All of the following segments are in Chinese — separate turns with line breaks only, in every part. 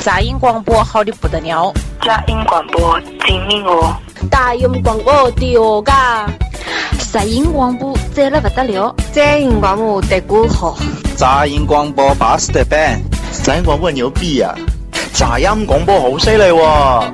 杂音广播好的不得了，
佳音广播精明哦，
大音广播的哦嘎，
杂音广播赞了不得了，
杂音广播的歌好，
杂音广播巴适的板，
杂音广播牛逼啊，杂音广播好犀利喎！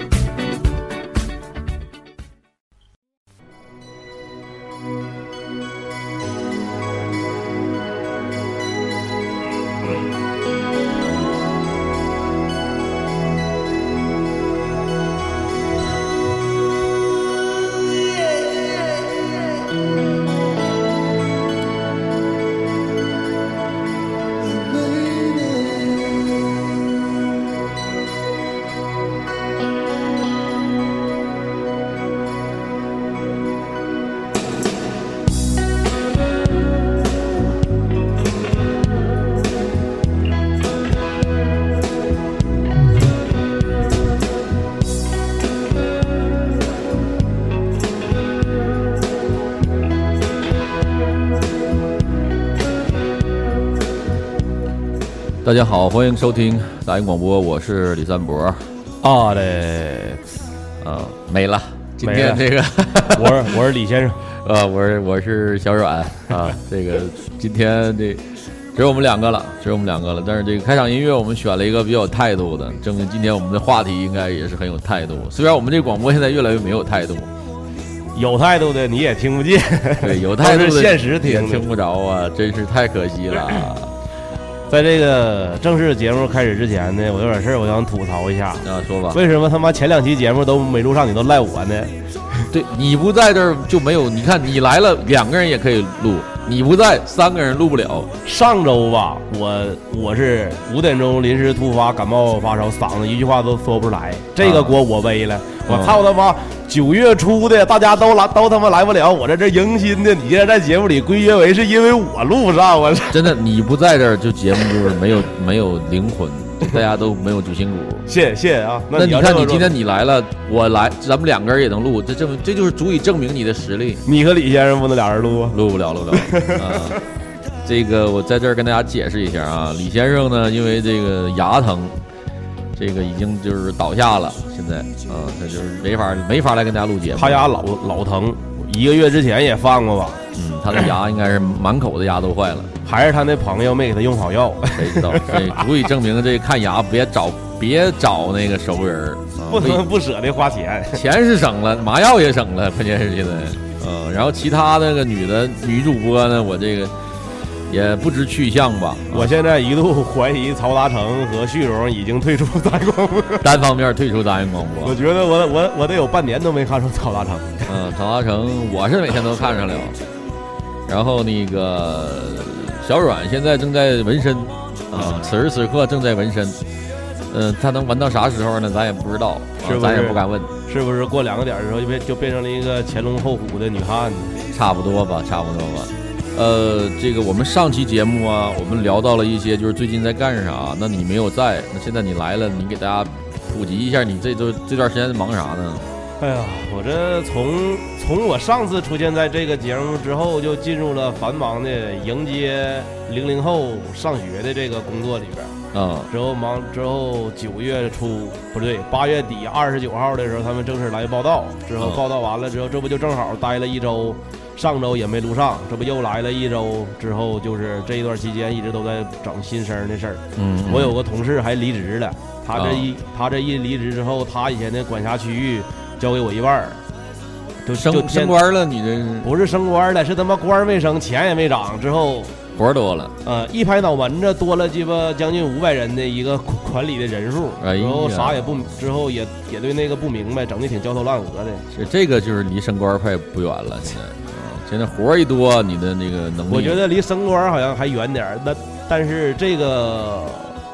大家好，欢迎收听杂音广播，我是李三博。
啊嘞，
啊，没了，今
没
天
了
这个，
我是我是李先生，
呃，我是我是小阮啊，这个今天这只有我们两个了，只有我们两个了。但是这个开场音乐我们选了一个比较有态度的，证明今天我们的话题应该也是很有态度。虽然我们这广播现在越来越没有态 度，
有态度的你也听不见，
对，有态度
都
的
是现实
也
听的
听不着啊，真是太可惜了啊！
在这个正式节目开始之前呢，我有点事儿，我想吐槽一下。
啊，说吧，
为什么他妈前两期节目都没录上，你都赖我呢？
对你不在这儿就没有，你看你来了，两个人也可以录，你不在，三个人录不了。
上周吧，我我是五点钟临时突发感冒发烧，嗓子一句话都说不出来，这
啊
个锅我背了。我操他妈！九月初的，大家都来都他妈来不了，我在这迎新的，你竟然在节目里归结为是因为我录不上，我操！
真的，你不在这儿，就节目就是没有 没有灵魂，大家都没有主 心骨。
谢谢谢谢啊！
那
你
你
要
看，
这么
你
说
今天你来了，我来，咱们两个人也能录，这证明这就是足以证明你的实力。
你和李先生不能俩人录啊？
录不了，录不了。 啊，这个我在这儿跟大家解释一下啊，李先生呢，因为这个牙疼，这个已经就是倒下了，现在啊，他就是没法没法来跟大家录节目。
他牙老老疼，一个月之前也犯过吧，
嗯，他的牙应该是满口的牙都坏了，
还是他那朋友没给他用好药，
谁知道？所以足以证明这看牙别找别找那个熟人儿，啊
不能不舍得花钱。
钱是省了，麻药也省了，关键是现在，嗯，然后其他那个女的女主播呢，我这个也不知去向吧，啊
我现在一度怀疑曹达成和旭荣已经退出咱广播，
啊单方面退出杂音广播
我。觉得我我我得有半年都没看出曹达成。
嗯，曹达成，我是每天都看上了。然后那个小阮现在正在纹身，
嗯
啊，此时此刻正在纹身。嗯、他能纹到啥时候呢？咱也不知道，啊
是不是
咱也不敢问。
是不是过两个点儿的时候就变就变成了一个前龙后虎的女汉子？
差不多吧，差不多吧。呃，这个我们上期节目啊，我们聊到了一些就是最近在干啥。那你没有在，那现在你来了，你给大家普及一下，你这周这段时间忙啥呢？
哎呀，我这从从我上次出现在这个节目之后，就进入了繁忙的迎接零零后上学的这个工作里边儿。
啊、
之后忙之后，九月初不对，八月底二十九号的时候，他们正式来报道。之后
嗯
报道完了之后，这不就正好待了一周，上周也没录上，这不又来了一周。之后就是这一段期间一直都在整新生的事儿。
嗯，
我有个同事还离职了，他这
啊
一他这一离职之后，他以前的管辖区域交给我一半儿，就就
升
天
升官了，你这是
不是升官了，是他妈官儿没升，钱也没涨。之后
活儿多了。
呃，一拍脑门子多了鸡巴将近五百人的一个管管理的人数，
哎呀
然后啥也不，之后也也对那个不明白，整的挺焦头烂额的。
这这个就是离升官快不远了，现在，啊现在活儿一多，你的那个能力，
我觉得离升官好像还远点儿，但但是这个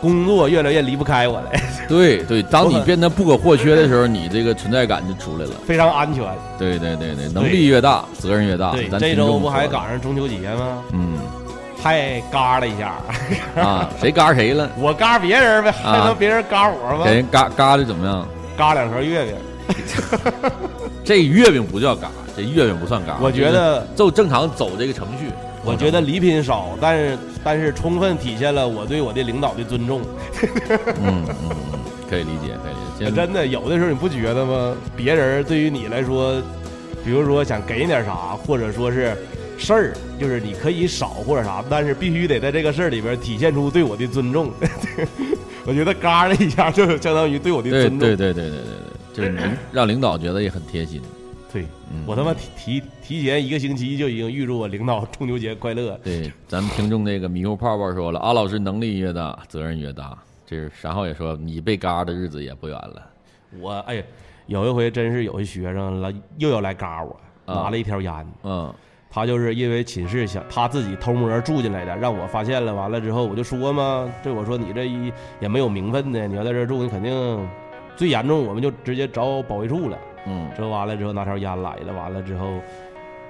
工作越来越离不开我了，
对对，当
我
你
很
变得不可或缺的时候，你这个存在感就出来了。
非常安全。
对对对对，能力越大，责任越大。
对，
啊咱
这
听众
周不
说
还
了？
赶上中秋节吗？
嗯
还嘎了一下，
啊，谁嘎谁了？
我嘎别人呗，还能别人嘎我吗
啊给？人嘎嘎的怎么样？
嘎两盒月饼，
这月饼不叫嘎，这月饼不算嘎。
我觉得
就是就正常走这个程序。
我觉得礼品少，但是但是充分体现了我对我的领导的尊重。
嗯，嗯嗯，可以理解，可以理解。现在
啊真的，有的时候你不觉得吗？别人对于你来说，比如说想给你点啥，或者说是事儿，就是你可以少或者啥，但是必须得在这个事儿里边体现出对我的尊重。 我觉得嘎的一下，就相当于对我的
对
尊重。
对对对对对对，就是 能让领导觉得也很贴心。
对
嗯
我他妈提提提前一个星期就已经预祝我领导中秋节快乐。
对，咱们听众那个迷糊泡泡说了，阿老师能力越大，责任越大。这是然后也说，你被嘎的日子也不远了。
我哎，有一回真是有一学生来又要来嘎我，
啊
拿了一条烟。
嗯
他就是因为寝室想他自己偷摸住进来的，让我发现了。完了之后我就说嘛，对我说你这一也没有名分的，你要在这儿住，你肯定呃最严重，我们就直接找保卫处了。
嗯
这完了之后拿条烟来了，完了之后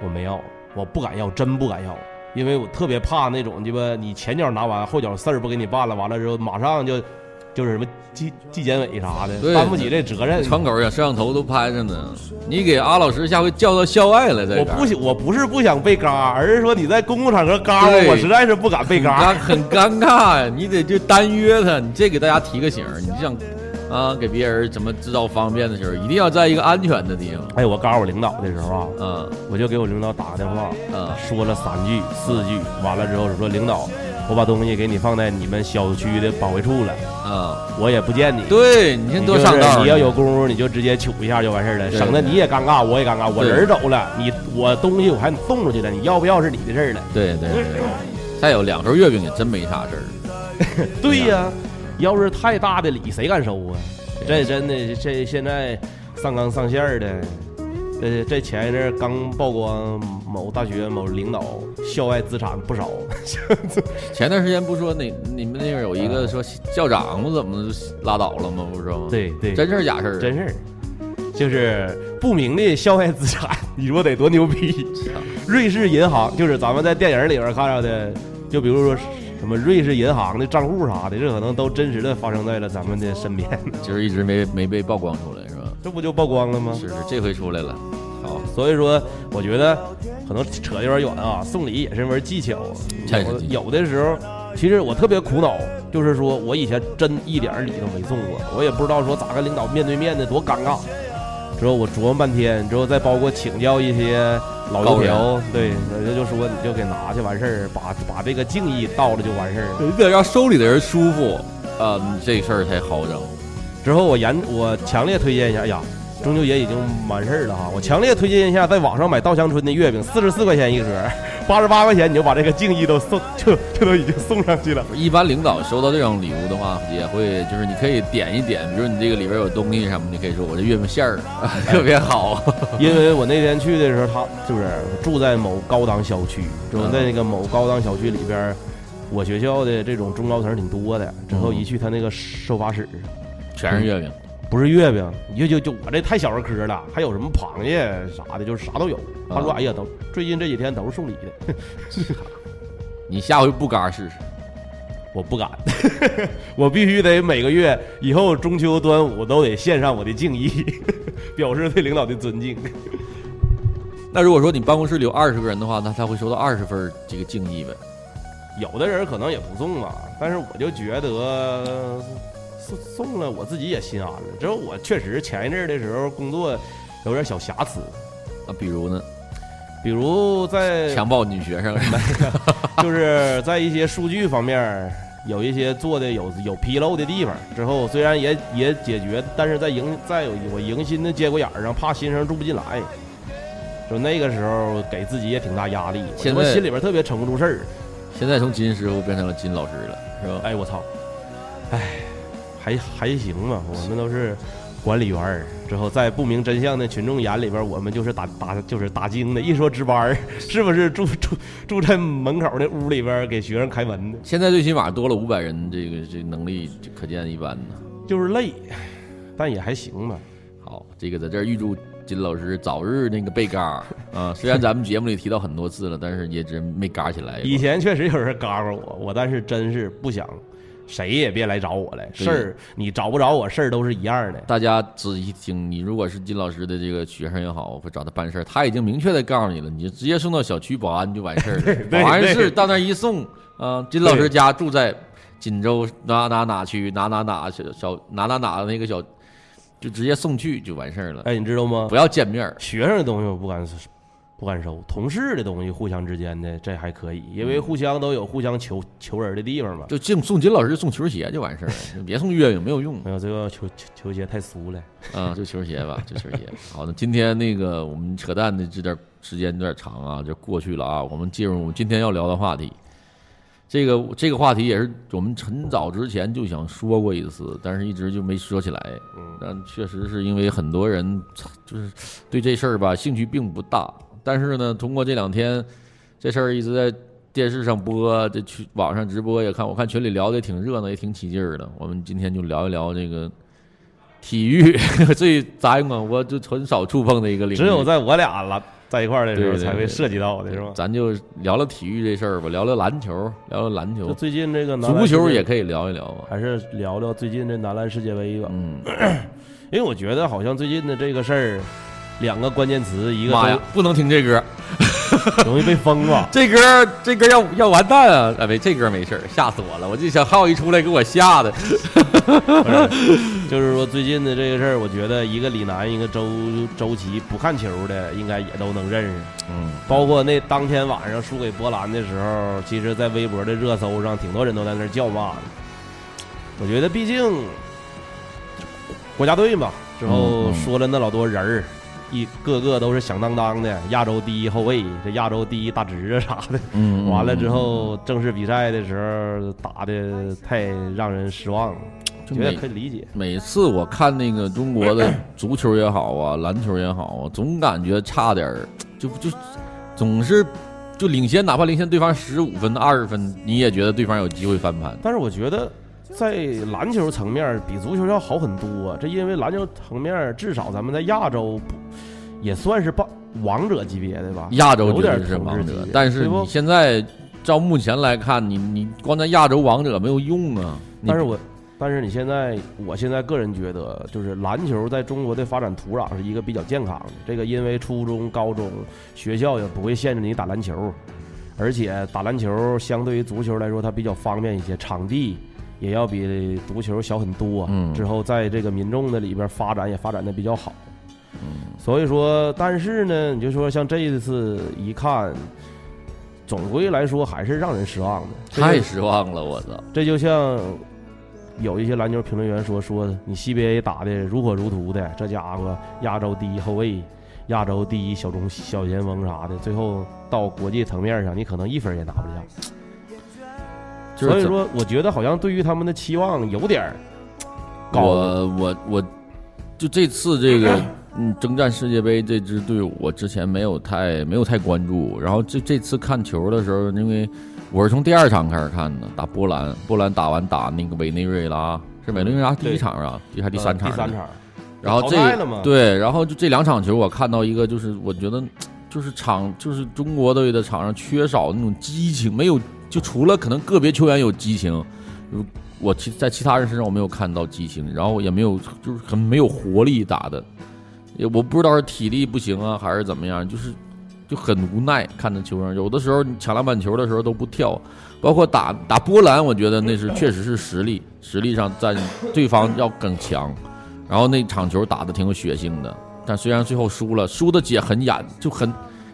我没要，我不敢要，真不敢要，因为我特别怕那种鸡巴你前脚拿完，后脚事儿不给你办了，完了之后马上就就是什么纪纪检委啥的，
对
担不起这责任。
窗口呀，摄像头都拍着呢。你给阿老师下回叫到校外来，在
我
这儿
不想，我不是不想被嘎，而是说你在公共场合嘎
对
我，我实在是不敢被嘎。
很尴很尴尬，你得就单约他，你这给大家提个醒儿，你想啊给别人怎么制造方便的时候，一定要在一个安全的地方。
哎，我告诉我领导的时候啊，
嗯
我就给我领导打个电话，
嗯
说了三句四句，完了之后说领导，我把东西给你放在你们小区的保卫处了，
嗯，
我也不见你。
对你先
你
多
就是
上道儿。
你要有功夫，你就直接取一下就完事儿了，
对
省得你也尴尬，我也尴尬。我
对
人儿走了，你我东西我还送出去了，你要不要是你的事儿了。
对对对，再有两头月饼也真没啥事儿。
对呀、要是太大的礼谁敢收啊？这真的，这现在上纲上线儿的，呃，这前一阵儿刚曝光某大学某领导校外资产不少，
前段时间不说那你们那边有一个说校长不怎么拉倒了吗？不是吗？，
对对，
真事儿假事儿？啊
真事儿，啊就是不明的校外资产，你说得多牛 逼？瑞士银行就是咱们在电影里边看到的，就比如说什么瑞士银行的账户啥的，这可能都真实的发生在了咱们的身边，
就是一直没没被曝光出来是吧？
这不就曝光了吗？
是是，这回出来了。好，
所以说，我觉得可能扯得有点远啊。送礼也是门技巧，
这是
有
技巧
有的时候，其实我特别苦恼，就是说我以前真一点儿礼都没送过，我也不知道说咋跟领导面对面的多尴尬。之后我琢磨半天，之后再包括请教一些老油条，
嗯
对，人家就说你就给拿去完事儿，把把这个敬意到了就完事儿了。
你得让收礼的人舒服啊，你这事儿才好整。
之后我严我强烈推荐一下，哎呀，中秋节已经完事儿了哈，我强烈推荐一下，在网上买稻香村的月饼，四十四块钱一盒， 八十八块钱你就把这个敬意都送， 就就都已经送上 去了。
一般领导收到这种礼物的话，也会就是你可以点一点，比如你这个里边有东西什么，你可以说我这月饼馅儿啊
哎
特别好。
因为我那天去的时候，他就是住在某高档小区，之后
嗯
在那个某高档小区里边儿，我学校的这种中高层挺多的。之后一去他那个收发室，
全是月饼，
不是月饼，你就就就我这太小儿科了，还有什么螃蟹啥的，就是啥都有。他说：“
啊
哎呀，都最近这几天都是送礼的。”
你下回不嘎试试。
我不敢， 我必须得每个月以后中秋、端午都得献上我的敬意， 表示对领导的尊敬。
那如果说你办公室里有二十个人的话，那他会收到二十份儿这个敬意呗。
有的人可能也不送嘛，但是我就觉得送送了我自己也心安了。之后我确实前一阵儿的时候工作有点小瑕疵，
啊，比如呢，
比如在
强暴女学生，
就是在一些数据方面儿有一些做的有有纰漏的地方，之后虽然也也解决，但是在迎在有我迎新的节骨眼儿上，怕新生住不进来，就那个时候给自己也挺大压力，嗯我他
现
妈
在
心里边特别撑不住事儿。
现在从金师傅变成了金老师了，是吧？
哎，我操，哎，还还行吧，我们都是管理员儿。之后，在不明真相的群众眼里边儿，我们就是打打就是打更的。一说值班儿，是不是住住住在门口那屋里边儿给学生开门的？
现在最起码多了五百人，这个这能力就可见一斑呢。
就是累，但也还行吧。
好，这个在这儿预祝金老师早日那个被嘎儿啊！虽然咱们节目里提到很多次了，但是也真没嘎起来。
以前确实有人嘎巴我，我但是真是不想，谁也别来找我来。事儿你找不着我，事儿都是一样的。
大家仔细听，你如果是金老师的这个学生也好，或找他办事儿，他已经明确的告诉你了，你就直接送到小区保安就完事儿了。 呃
对
保安
对
室到那儿一送，啊、金老师家住在锦州哪哪哪区哪哪哪小小哪哪哪那个小，就直接送去就完事儿了，
哎，你知道吗
不？要见面儿。
学生的东西我不敢不敢收，同事的东西互相之间的这还可以，因为
嗯
互相都有互相求求人的地方嘛。
就净送金老师就送球鞋就完事儿了，你别送月饼没有用
没哎有这个球球球鞋太俗了，
啊、就球鞋吧，就球鞋。好的，今天那个我们扯淡的这点时间有点长啊，就过去了啊。我们进入我们今天要聊的话题，这个这个话题也是我们很早之前就想说过一次，但是一直就没说起来。
嗯，
但确实是因为很多人就是对这事儿吧兴趣并不大，但是呢，通过这两天这事儿一直在电视上播，这去网上直播也看，我看群里聊的挺热闹，也挺起劲儿的。我们今天就聊一聊这个体育 最杂音广播就很少触碰的一个领域，
只有在我俩了在一块儿的时候
对对对
才会涉及到的是吧？
咱就聊聊体育这事儿吧，聊聊篮球，聊聊篮
就
球，
最近这个男篮
足球
世界
也可以聊一聊啊。
还是聊聊最近这男篮世界杯吧，
嗯，
因为我觉得好像最近的这个事儿，两个关键词，一个
哎妈呀，不能听这歌。
都容易 被
，
封吧
这歌儿这歌儿要要完蛋啊！啊没这歌儿没事儿，吓死我了！我就想浩一出来给我吓的。
不是就是说最近的这个事儿，我觉得一个李楠，一个周周琦，不看球的应该也都能认识，
嗯，
包括那当天晚上输给波兰的时候，其实，在微博的热搜上，挺多人都在那儿叫骂的。我觉得，毕竟国家队嘛，之
嗯
后
嗯
说了那老多人儿，一个个都是响当当的亚洲第一后卫，这亚洲第一大侄啊子啥的。
嗯
完了之后，正式比赛的时候打的太让人失望了，
就
觉得
嗯每
可以理解。
每次我看那个中国 的足球也好啊，篮球也好啊，总感觉差点儿，就就总是就领先，哪怕领先对方十五分、二十分，你也觉得对方有机会翻盘。
但是我觉得在篮球层面比足球要好很多、啊这因为篮球层面至少咱们在亚洲不也算是霸王者级别的吧，
亚洲
啊有
绝对
点
是
统
王
治级
者
别，
但是
对
你
不？
现在照目前来看，你你光在亚洲王者没有用啊。你
但是我。但是你现在，我现在个人觉得，就是篮球在中国的发展土壤是一个比较健康的。这个因为初中、高中学校也不会限制你打篮球，而且打篮球相对于足球来说，它比较方便一些，场地也要比足球小很多。
嗯
之后在这个民众的里边发展也发展的比较好。
嗯
所以说，但是呢，你就说像这一次一看，总归来说还是让人失望的。这就
太失望了，我操！
这就像有一些篮球评论员说说的，你 CBA 打的如火如荼的，这家伙亚洲第一后卫、亚洲第一小中小前锋啥的，最后到国际层面上，你可能一分也拿不下。
就是
所以
怎
说，我觉得好像对于他们的期望有点儿呃高了。
我我我，就这次这个嗯征战世界杯这支队伍，我之前没有太没有太关注。然后这这次看球的时候，因为我是从第二场开始看的，打波兰，波兰打完打那个委内瑞拉，是委内瑞拉第一
对
场啊，第还第
呃
三场、
第三。场，
然后
淘
这
汰了嘛
对，然后就这两场球，我看到一个就是我觉得就是场就是中国队的场上缺少那种激情，没有就除了可能个别球员有激情，如我其在其他人身上我没有看到激情，然后也没有就是很没有活力打的，也我不知道是体力不行啊还是怎么样，就是就很无奈看着球员，有的时候你抢篮板球的时候都不跳，包括打打波兰，我觉得那是确实是实力实力上占对方要更强。然后那场球打的挺有血性的，但虽然最后输了，输的也很眼，就很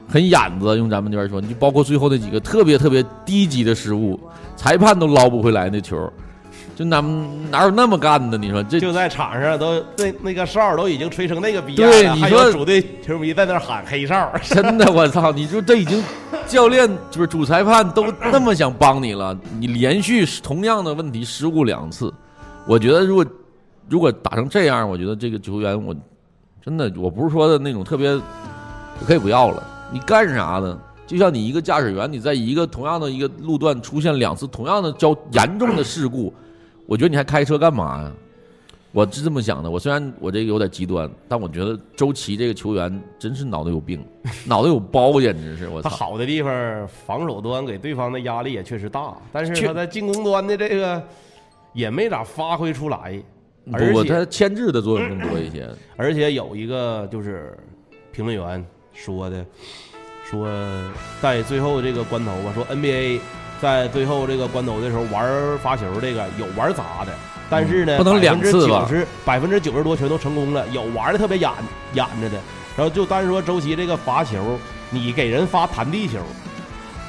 很眼子，用咱们这边说，你就包括最后那几个特别特别低级的失误，裁判都捞不回来那球，就哪哪有那么干的？你说这
就在场上都那那个哨都已经吹成那个逼样
对
了，
你
还
说
有主队球迷在那儿喊黑哨。
真的，我操！你说这已经教练就是主裁判都那么想帮你了，你连续同样的问题失误两次，我觉得如果如果打成这样，我觉得这个球员我真的我不是说的那种特别可以不要了，你干啥呢？就像你一个驾驶员，你在一个同样的一个路段出现两次同样的交严重的事故，我觉得你还开车干嘛呀？我是这么想的，我虽然我这个有点极端，但我觉得周琦这个球员真是脑袋有病，脑袋有包，简直是我
他
操！
好的地方，防守端给对方的压力也确实大，但是
确
他在进攻端的这个也没咋发挥出来，而
不过他
且
牵制的作用更多一 些。
而且有一个就是评论员说的，说在最后这个关头吧，说 NBA 在最后这个关头的时候玩发球这个有玩砸的，但是呢，
嗯不能两次吧
九十百分之九十多全都成功了，有玩的特别眼眼着的。然后就单说周琦这个罚球，你给人发弹地球，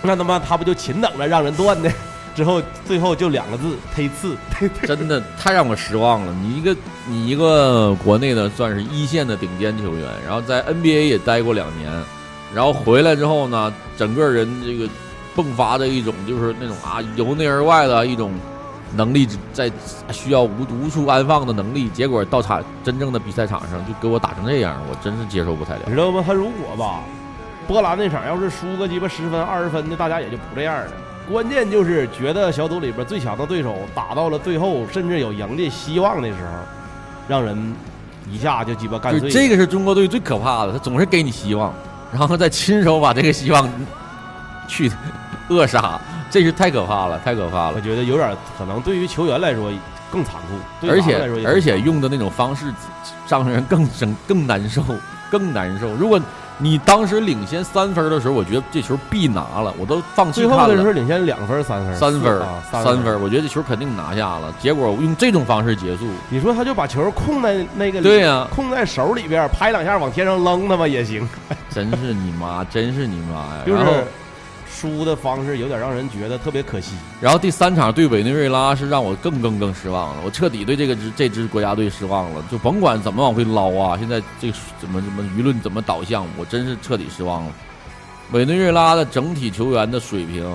那他妈他不就勤等着让人断呢？之后最后就两个字忒次，
真的太让我失望了。你一个你一个国内的算是一线的顶尖球员，然后在 NBA 也待过两年，然后回来之后呢，整个人这个迸发着一种就是那种啊由内而外的一种能力，在需要无无处安放的能力，结果到场真正的比赛场上就给我打成这样，我真是接受不太了
你。知道吗？他如果吧，波兰那场要是输个鸡巴十分二十分的，大家也就不这样了。关键就是觉得小组里边最强的对手打到了最后，甚至有赢的希望的时候，让人一下就鸡巴干
就
碎。
这个是中国队最可怕的，他总是给你希望，然后再亲手把这个希望去 扼杀，这是太可怕了，太可怕
我
了。
觉得有点可能对于球员来说更残酷，对
而
咱们来说
且
也
而
更残
且
酷
用的那种方式，让人更生更难受，更难受。如果你当时领先三分的时候，我觉得这球必拿了，我都放弃
最后
看
的时
了。
候领先两分三分
三分儿
啊，
三
分
分儿，我觉得这球肯定拿下了。结果用这种方式结束，
你说他就把球控在那个里
对呀
控在手里边，拍两下往天上扔，他妈也行。
真是你妈，真是你妈呀！
就
然后
是输的方式有点让人觉得特别可惜。
然后第三场对委内瑞拉是让我更更更失望了，我彻底对这个支这支国家队失望了。就甭管怎么往回捞啊，现在这个怎么怎么舆论怎么导向，我真是彻底失望了。委内瑞拉的整体球员的水平，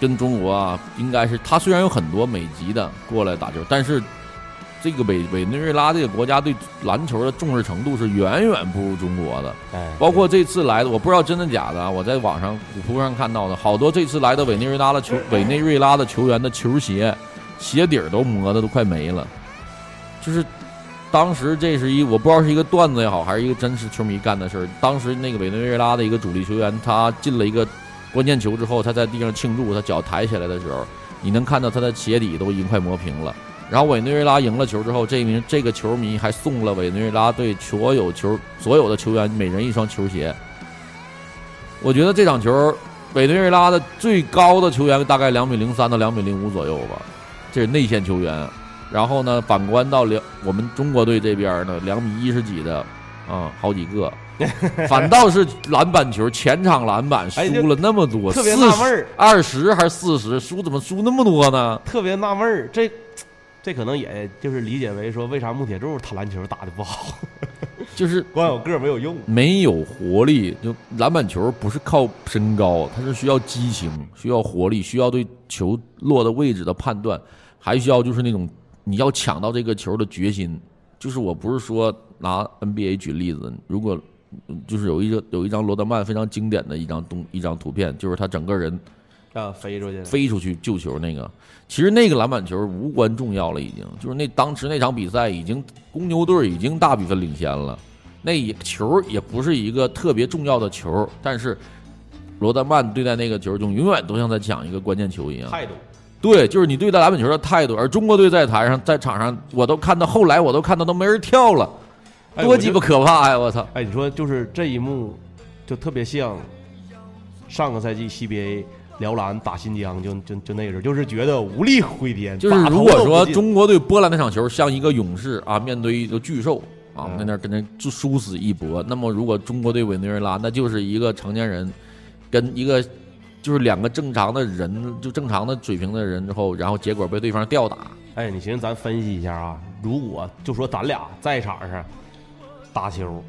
跟中国啊，应该是他虽然有很多美籍的过来打球，但是这个委委内瑞拉这个国家对篮球的重视程度是远远不如中国的。
哎，
包括这次来的，我不知道真的假的啊，我在网上虎扑上看到的，好多这次来的委内瑞拉的球委内瑞拉的球员的球鞋鞋底儿都磨的都快没了，就是当时这是一我不知道是一个段子也好，还是一个真实球迷干的事儿。当时那个委内瑞拉的一个主力球员，他进了一个关键球之后，他在地上庆祝，他脚抬起来的时候，你能看到他的鞋底都已经快磨平了。然后委内瑞拉赢了球之后，这名这个球迷还送了委内瑞拉队所有球所有的球员每人一双球鞋。我觉得这场球，委内瑞拉的最高的球员大概两米零三到两米零五左右吧，这是内线球员。然后呢，反观到两我们中国队这边呢，两米一十几的，啊、好几 个，反倒是篮板球前场篮板
哎就
输了那么多，
特别纳闷儿，
二十还是四十，输怎么输那么多呢？
特别纳闷儿，这这可能也就是理解为说，为啥穆铁柱他篮球打的不好，
就是
光有个儿没有用。
没有活力，就篮板球不是靠身高，它是需要激情，需要活力，需要对球落的位置的判断，还需要就是那种你要抢到这个球的决心。就是我不是说拿 NBA 举例子，如果嗯就是有一个有一张罗德曼非常经典的一张东一张图片，就是他整个人
啊，飞出去了，
飞出去救球那个，其实那个篮板球无关重要了，已经就是那当时那场比赛已经公牛队已经大比分领先了，那也球也不是一个特别重要的球，但是罗德曼对待那个球就永远都像在抢一个关键球一样，
态度
对，就是你对待篮板球的态度，而中国队在台上在场上我都看到，后来我都看到都没人跳了，多鸡巴！可怕呀！我操！
哎我就哎，你说就是这一幕，就特别像上个赛季 CBA 辽篮打新疆，就就就那个时候，就是觉得无力回天。
就是
打头
如果
都不
说
进
中国对波兰那场球像一个勇士啊，面对一个巨兽啊
嗯，
在那儿跟人就殊死一搏，那么如果中国对委内瑞拉，那就是一个成年人跟一个就是两个正常的人，就正常的水平的人之后，然后结果被对方吊打，
哎，你寻思咱分析一下啊，如果就说咱俩在场上打球，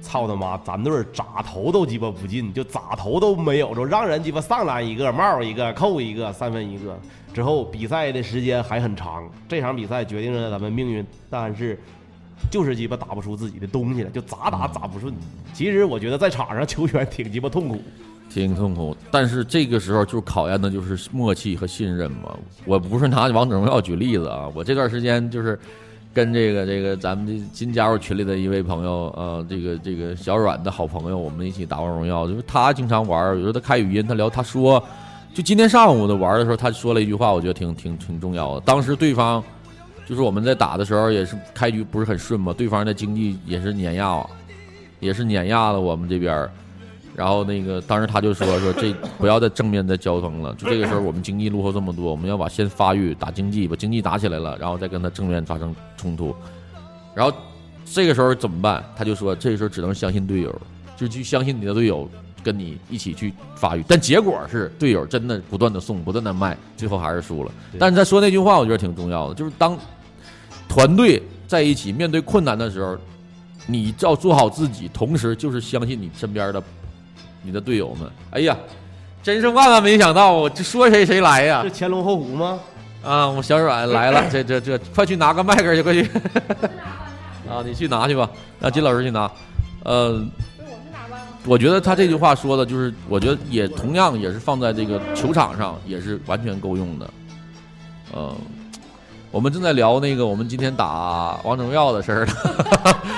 操他妈，咱队儿咋投都鸡巴不进，就咋投都没有着，让人鸡巴上篮一个，帽一个，扣一个，三分一个，之后比赛的时间还很长，这场比赛决定了咱们命运，但是。就是鸡巴打不出自己的东西来，就咋打咋不顺。其实我觉得在场上球员挺鸡巴痛苦，
挺痛苦。但是这个时候就考验的就是默契和信任嘛。我不是拿王者荣耀举例子啊，我这段时间就是跟这个这个咱们这新加入群里的一位朋友，呃，这个这个小阮的好朋友，我们一起打王者荣耀，就是他经常玩儿，有时候他开语音，他聊，他说，就今天上午的玩儿的时候，他说了一句话，我觉得挺挺挺重要的。当时对方。就是我们在打的时候也是开局不是很顺嘛，对方的经济也是碾压，也是碾压了我们这边儿。然后那个当时他就说说这不要再正面再交锋了，就这个时候我们经济落后这么多，我们要把先发育打经济，把经济打起来了，然后再跟他正面发生冲突，然后这个时候怎么办？他就说这个时候只能相信队友，就去相信你的队友。跟你一起去发育，但结果是队友真的不断的送，不断的卖，最后还是输了。但是他说那句话，我觉得挺重要的，就是当团队在一起面对困难的时候，你要做好自己，同时就是相信你身边的你的队友们。哎呀，真是万万没想到，我这说谁谁来呀
这！前龙后虎吗？
啊，我小阮来了，这这这，快去拿个麦克去，快去！ 啊，你去拿去吧，让金老师去拿。呃，我觉得他这句话说的就是，我觉得也同样也是放在这个球场上也是完全够用的。呃，我们正在聊那个我们今天打王者荣耀的事儿呢，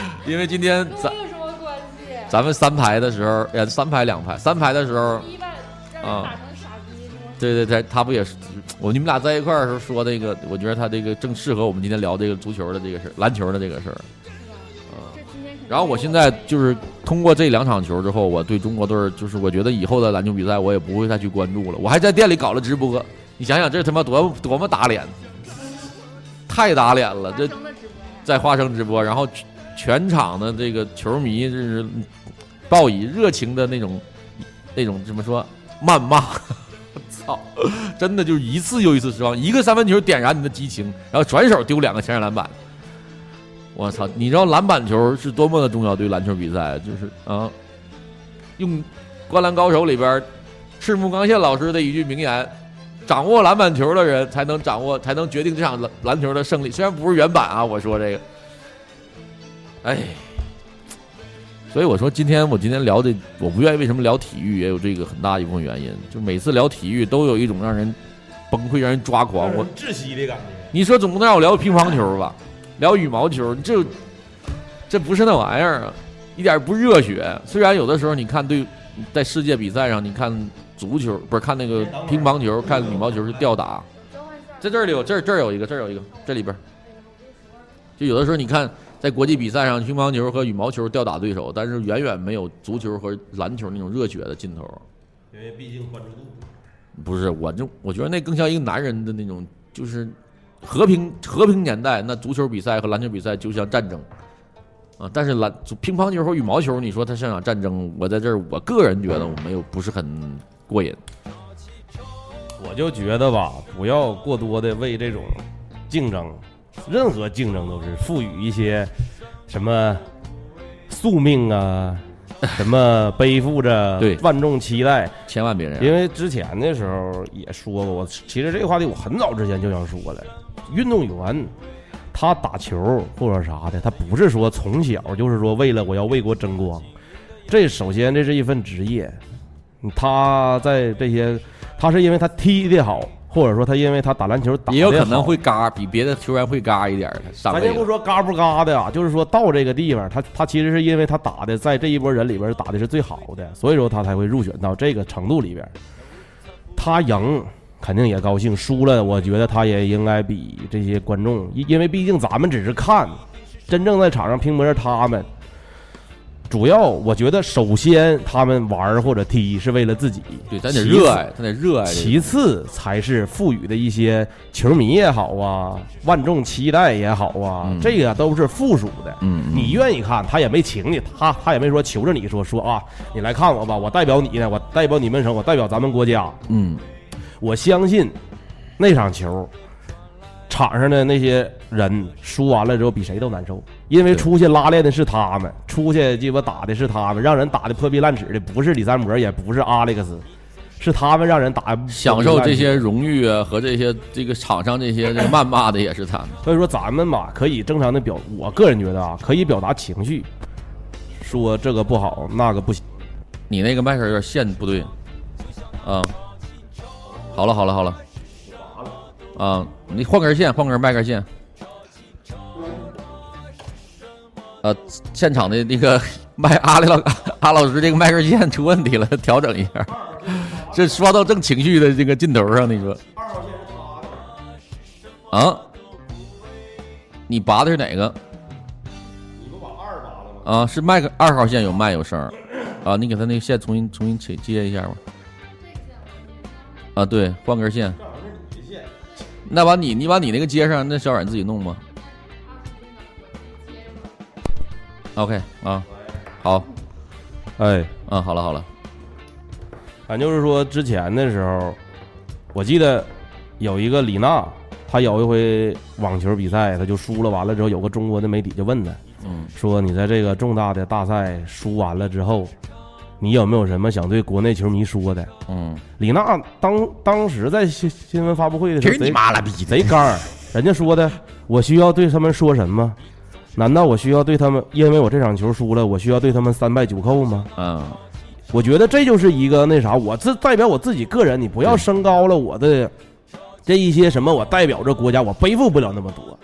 因为今天咱
有什么关系？
咱们三排的时候，哎，三排两排，三排的时候，
第一半让人打成傻逼是吗？
对对对，他不也是我你们俩在一块儿的时候说那个，我觉得他这个正适合我们今天聊这个足球的这个事儿，篮球的这个事儿。嗯
这今天肯定
然后我现在就是通过这两场球之后，我对中国队儿就是我觉得以后的篮球比赛我也不会再去关注了。我还在店里搞了直播，你想想这他妈多多么打脸，太打脸了！这
生了直播呀，
在花生直播，然后全全场的这个球迷就是报以热情的那种那种怎么说谩骂， 操，真的就是一次又一次失望，一个三分球点燃你的激情，然后转手丢两个前场篮板。我操！你知道篮板球是多么的重要？对于篮球比赛，就是啊，用《灌篮高手》里边赤木刚宪老师的一句名言：“掌握篮板球的人才能掌握，才能决定这场篮篮球的胜利。”虽然不是原版啊，我说这个，哎，所以我说今天我今天聊的，我不愿意为什么聊体育，也有这个很大一部分原因，就每次聊体育都有一种让人崩溃、让人抓狂。我
窒息的感觉。
你说总不能让我聊乒乓球吧，聊羽毛球，这这不是那玩意儿啊，一点不热血。虽然有的时候你看对，在世界比赛上，你看足球不是看那个乒乓球，看羽毛球是吊打，
交换下
在这里有这儿这儿有一个，这儿有一个，这里边儿，就有的时候你看在国际比赛上，乒乓球和羽毛球吊打对手，但是远远没有足球和篮球那种热血的劲头。
因为毕竟关注度。
不是，我就我觉得那更像一个男人的那种，就是和平和平年代，那足球比赛和篮球比赛就像战争啊。但是篮足乒乓球和羽毛球，你说它像场战争，我在这儿，我个人觉得我没有不是很过瘾。
我就觉得吧，不要过多的为这种竞争，任何竞争都是赋予一些什么宿命啊，什么背负着
对
万众期待。
千万别这样，
因为之前的时候也说过，我其实这个话题我很早之前就想说了，运动员。他打球或者啥的，他不是说从小就是说为了我要为国争光，这首先这是一份职业，他在这些，他是因为他踢的好，或者说他因为他打篮球打得好
也有可能会嘎，比别的球员会嘎一点儿。上
咱
位
先不
了，
说嘎不嘎的啊，就是说到这个地方，他他其实是因为他打的在这一波人里边打的是最好的，所以说他才会入选到这个程度里边。他赢肯定也高兴，输了我觉得他也应该比这些观众，因因为毕竟咱们只是看，真正在场上拼搏是他们。主要我觉得，首先他们玩儿或者踢是为了自己，
对，咱得
其次
热爱，咱得热爱哎这个。
其次才是赋予的一些球迷也好啊，万众期待也好啊，
嗯
这个都是附属的。
嗯嗯
你愿意看，他也没请你，他他也没说求着你说说啊，你来看我吧，我代表你呢，我代表你们省，我代表咱们国家。
嗯，
我相信那场球，场上的那些人输完了之后比谁都难受，因为
对
出去拉练的是他们，出去鸡巴打的是他们，让人打的破壁烂齿的不是李三博，也不是阿历克斯。是他们让人打得
享
破
受
壁烂齿
这些荣誉啊和这些这个场上这些这个谩骂的也是他们。
所以说咱们吧，可以正常的表，我个人觉得啊，可以表达情绪，说这个不好，那个不行。
你那个麦克有点线不对，啊，好了好了好了，啊，你换根线，换根麦克线。呃，现场的那个麦阿里老 阿老师这个麦克线出问题了， 调整一下。这刷到正情绪的这个劲头上，你说？啊，你拔的是哪个？啊，是麦克二号线有麦有声儿，啊、啊，你给他那个线重新重新接接一下吧。啊，对，换根线。那把你你把你那个接上，那小冉自己弄吧。OK 啊，好
哎，
啊，好了好了，
反正就是说之前的时候，我记得有一个李娜，她有一回网球比赛，她就输了，完了之后有个中国的媒体就问她，
嗯，
说你在这个重大的大赛输完了之后，你有没有什么想对国内球迷说的？
嗯，
李娜当当时在新新闻发布会的时候，
真你
贼
妈了逼的
贼刚儿，人家说的，我需要对他们说什么？难道我需要对他们，因为我这场球输了，我需要对他们三拜九叩吗？
嗯，
我觉得这就是一个那啥，我这代表我自己个人，你不要升高了我的这一些什么，我代表着国家，我背负不了那么多。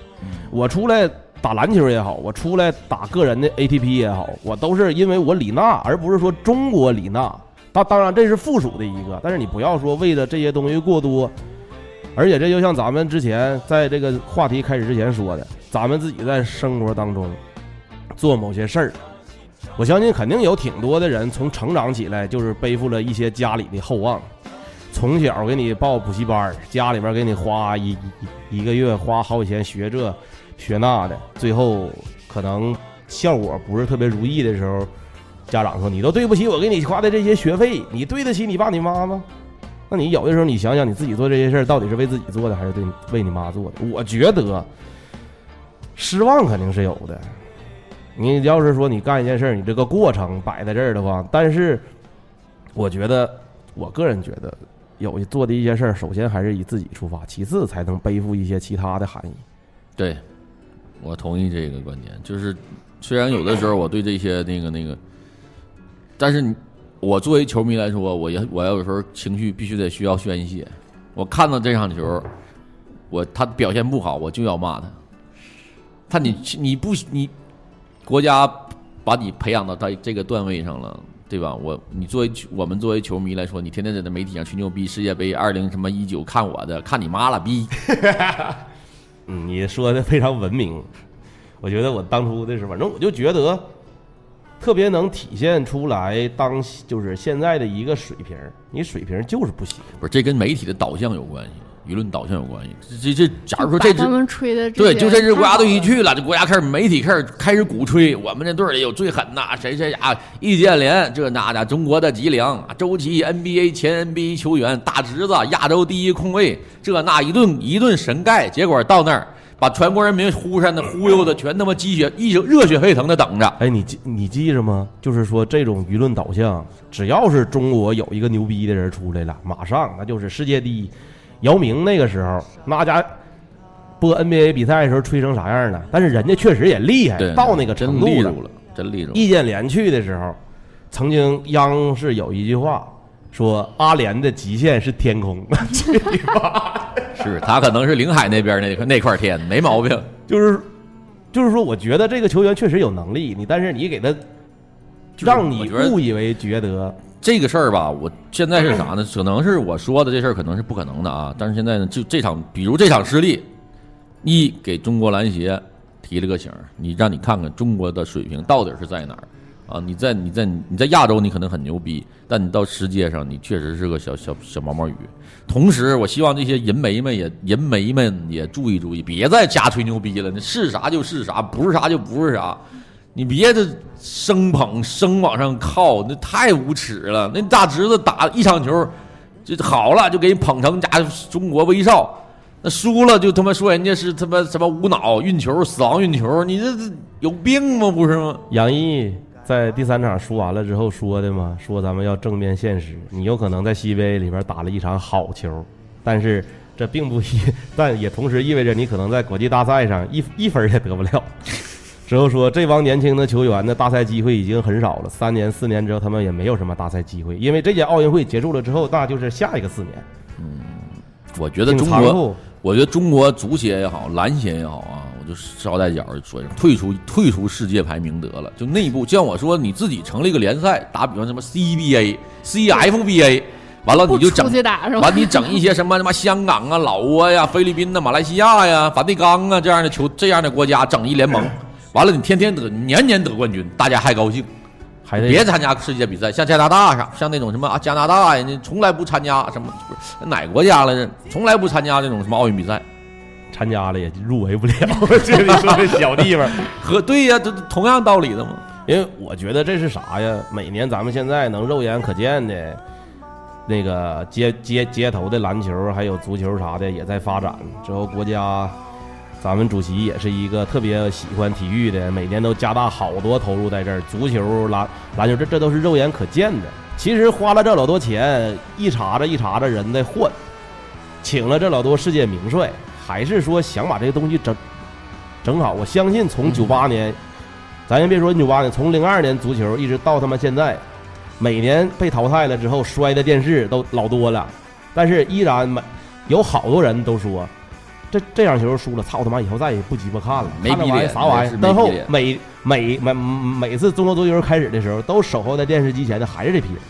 我出来打篮球也好，我出来打个人的 ATP 也好，我都是因为我李娜，而不是说中国李娜。当当然这是附属的一个，但是你不要说为了这些东西过多。而且这就像咱们之前在这个话题开始之前说的，咱们自己在生活当中做某些事儿，我相信肯定有挺多的人从成长起来就是背负了一些家里的厚望，从小给你报补习班儿，家里边给你花一一一个月花好几千学这学那的，最后可能效果不是特别如意的时候，家长说你都对不起我给你花的这些学费，你对得起你爸你妈吗？那你有的时候你想想你自己做这些事儿到底是为自己做的还是对你为你妈做的？我觉得失望肯定是有的，你要是说你干一件事儿，你这个过程摆在这儿的话，但是我觉得，我个人觉得，有做的一些事儿，首先还是以自己出发，其次才能背负一些其他的含义。
对，我同意这个观点，就是虽然有的时候我对这些那个那个，但是你我作为球迷来说，我也我有时候情绪必须得需要宣泄。我看到这场球，我他表现不好，我就要骂他。他你你不你国家把你培养到他这个段位上了，对吧？我你作为球我们作为球迷来说，你天天在那媒体上吹牛逼，世界杯二零什么一九看我的，看你妈了逼！
嗯，你说的非常文明。我觉得我当初的时候，反正我就觉得特别能体现出来当就是现在的一个水平儿，你水平儿就是不行。
不是，这跟媒体的导向有关系，舆论导向有关系。这这，这假如说这
把他
支
们吹的
对，就这支
是
国家队一去了，这国家开始媒体开始开始鼓吹，我们这队里有最狠呐，谁谁啊，易建联这那的，中国的吉良，周琦 NBA 前 NBA 球员，大侄子，亚洲第一控卫，这那一顿一顿神盖，结果到那儿把全国人民忽扇的忽悠的，全他妈鸡血一热血沸腾的等着。
哎，你记你记着吗？就是说这种舆论导向，只要是中国有一个牛逼的人出来了，马上那就是世界第一。姚明那个时候，那家播 NBA 比赛的时候吹成啥样了？但是人家确实也厉害
对，，
哎到那个程
真
度
立
了
住。了，真立住了。
易建联去的时候，曾经央视有一句话说：“阿联的极限是天空。
是他可能是领海那边那块那块天，没毛病。”
就是就是说，我觉得这个球员确实有能力，你但是你给他
就是
让
我
你
觉得
误以为觉得
这个事儿吧，我现在是啥呢？可能是我说的这事儿可能是不可能的啊。但是现在呢，就这场，比如这场失利，一给中国篮协提了个醒儿，你让你看看中国的水平到底是在哪儿啊？你在你在你在亚洲你可能很牛逼，但你到世界上你确实是个小小小毛毛雨。同时，我希望这些银媒们也银媒们也注意注意，别再瞎吹牛逼了，那是啥就是啥，不是啥就不是啥。你别这生捧生往上靠，那太无耻了！那大侄子打一场球，就好了就给你捧成家中国威少，那输了就他妈说人家是他妈什么无脑运球、死亡运球，你这这有病吗？不是吗？
杨毅在第三场输完了之后说的嘛，说咱们要正面现实，你有可能在 CBA 里边打了一场好球，但是这并不意，但也同时意味着你可能在国际大赛上一一分儿也得不了。之后说，这帮年轻的球员的大赛机会已经很少了，三年四年之后他们也没有什么大赛机会，因为这届奥运会结束了之后，那就是下一个四年。
我觉得
挺
中
残
国
酷，
我觉得中国足协也好，篮协也好啊，我就捎带脚儿说一声，退出退出世界排名得了。就内部，像我说，你自己成立一个联赛，打比方什么 CBA、CFBA，完 了你就整
出去打是吧？
完，你整一些什么他妈香港啊、老挝呀、菲律宾呐、马来西亚呀、梵蒂冈啊这样的球这样的国家整一联盟，完了你天天得，年年得冠军，大家还高兴。
还得
别参加世界比赛，像加拿大啥，像那种什么啊，加拿大人家从来不参加什么，不是哪国家来着？从来不参加那种什么奥运比赛。
参加了也入围不了， 这你说这小地方。
和对呀，这这同样道理的嘛。
因为我觉得这是啥呀？每年咱们现在能肉眼可见的，那个街街街头的篮球还有足球啥的也在发展。之后国家，咱们主席也是一个特别喜欢体育的，每年都加大好多投入在这儿。足球、篮篮球，这这都是肉眼可见的。其实花了这老多钱，一茬子一茬子人在混，请了这老多世界名帅，还是说想把这个东西整整好。我相信
嗯
从九八年。咱先别说九八年，从零二年足球一直到他妈现在，每年被淘汰了之后摔的电视都老多了，但是依然没有好多人都说，这这场球输了，操他妈以后再也不鸡巴看了，
没
看那
逼
玩意儿
脸
啥玩意
是
儿？
没
但
逼
后
脸
每每每每次中国足球开始的时候，都守候在电视机前的还是这批人，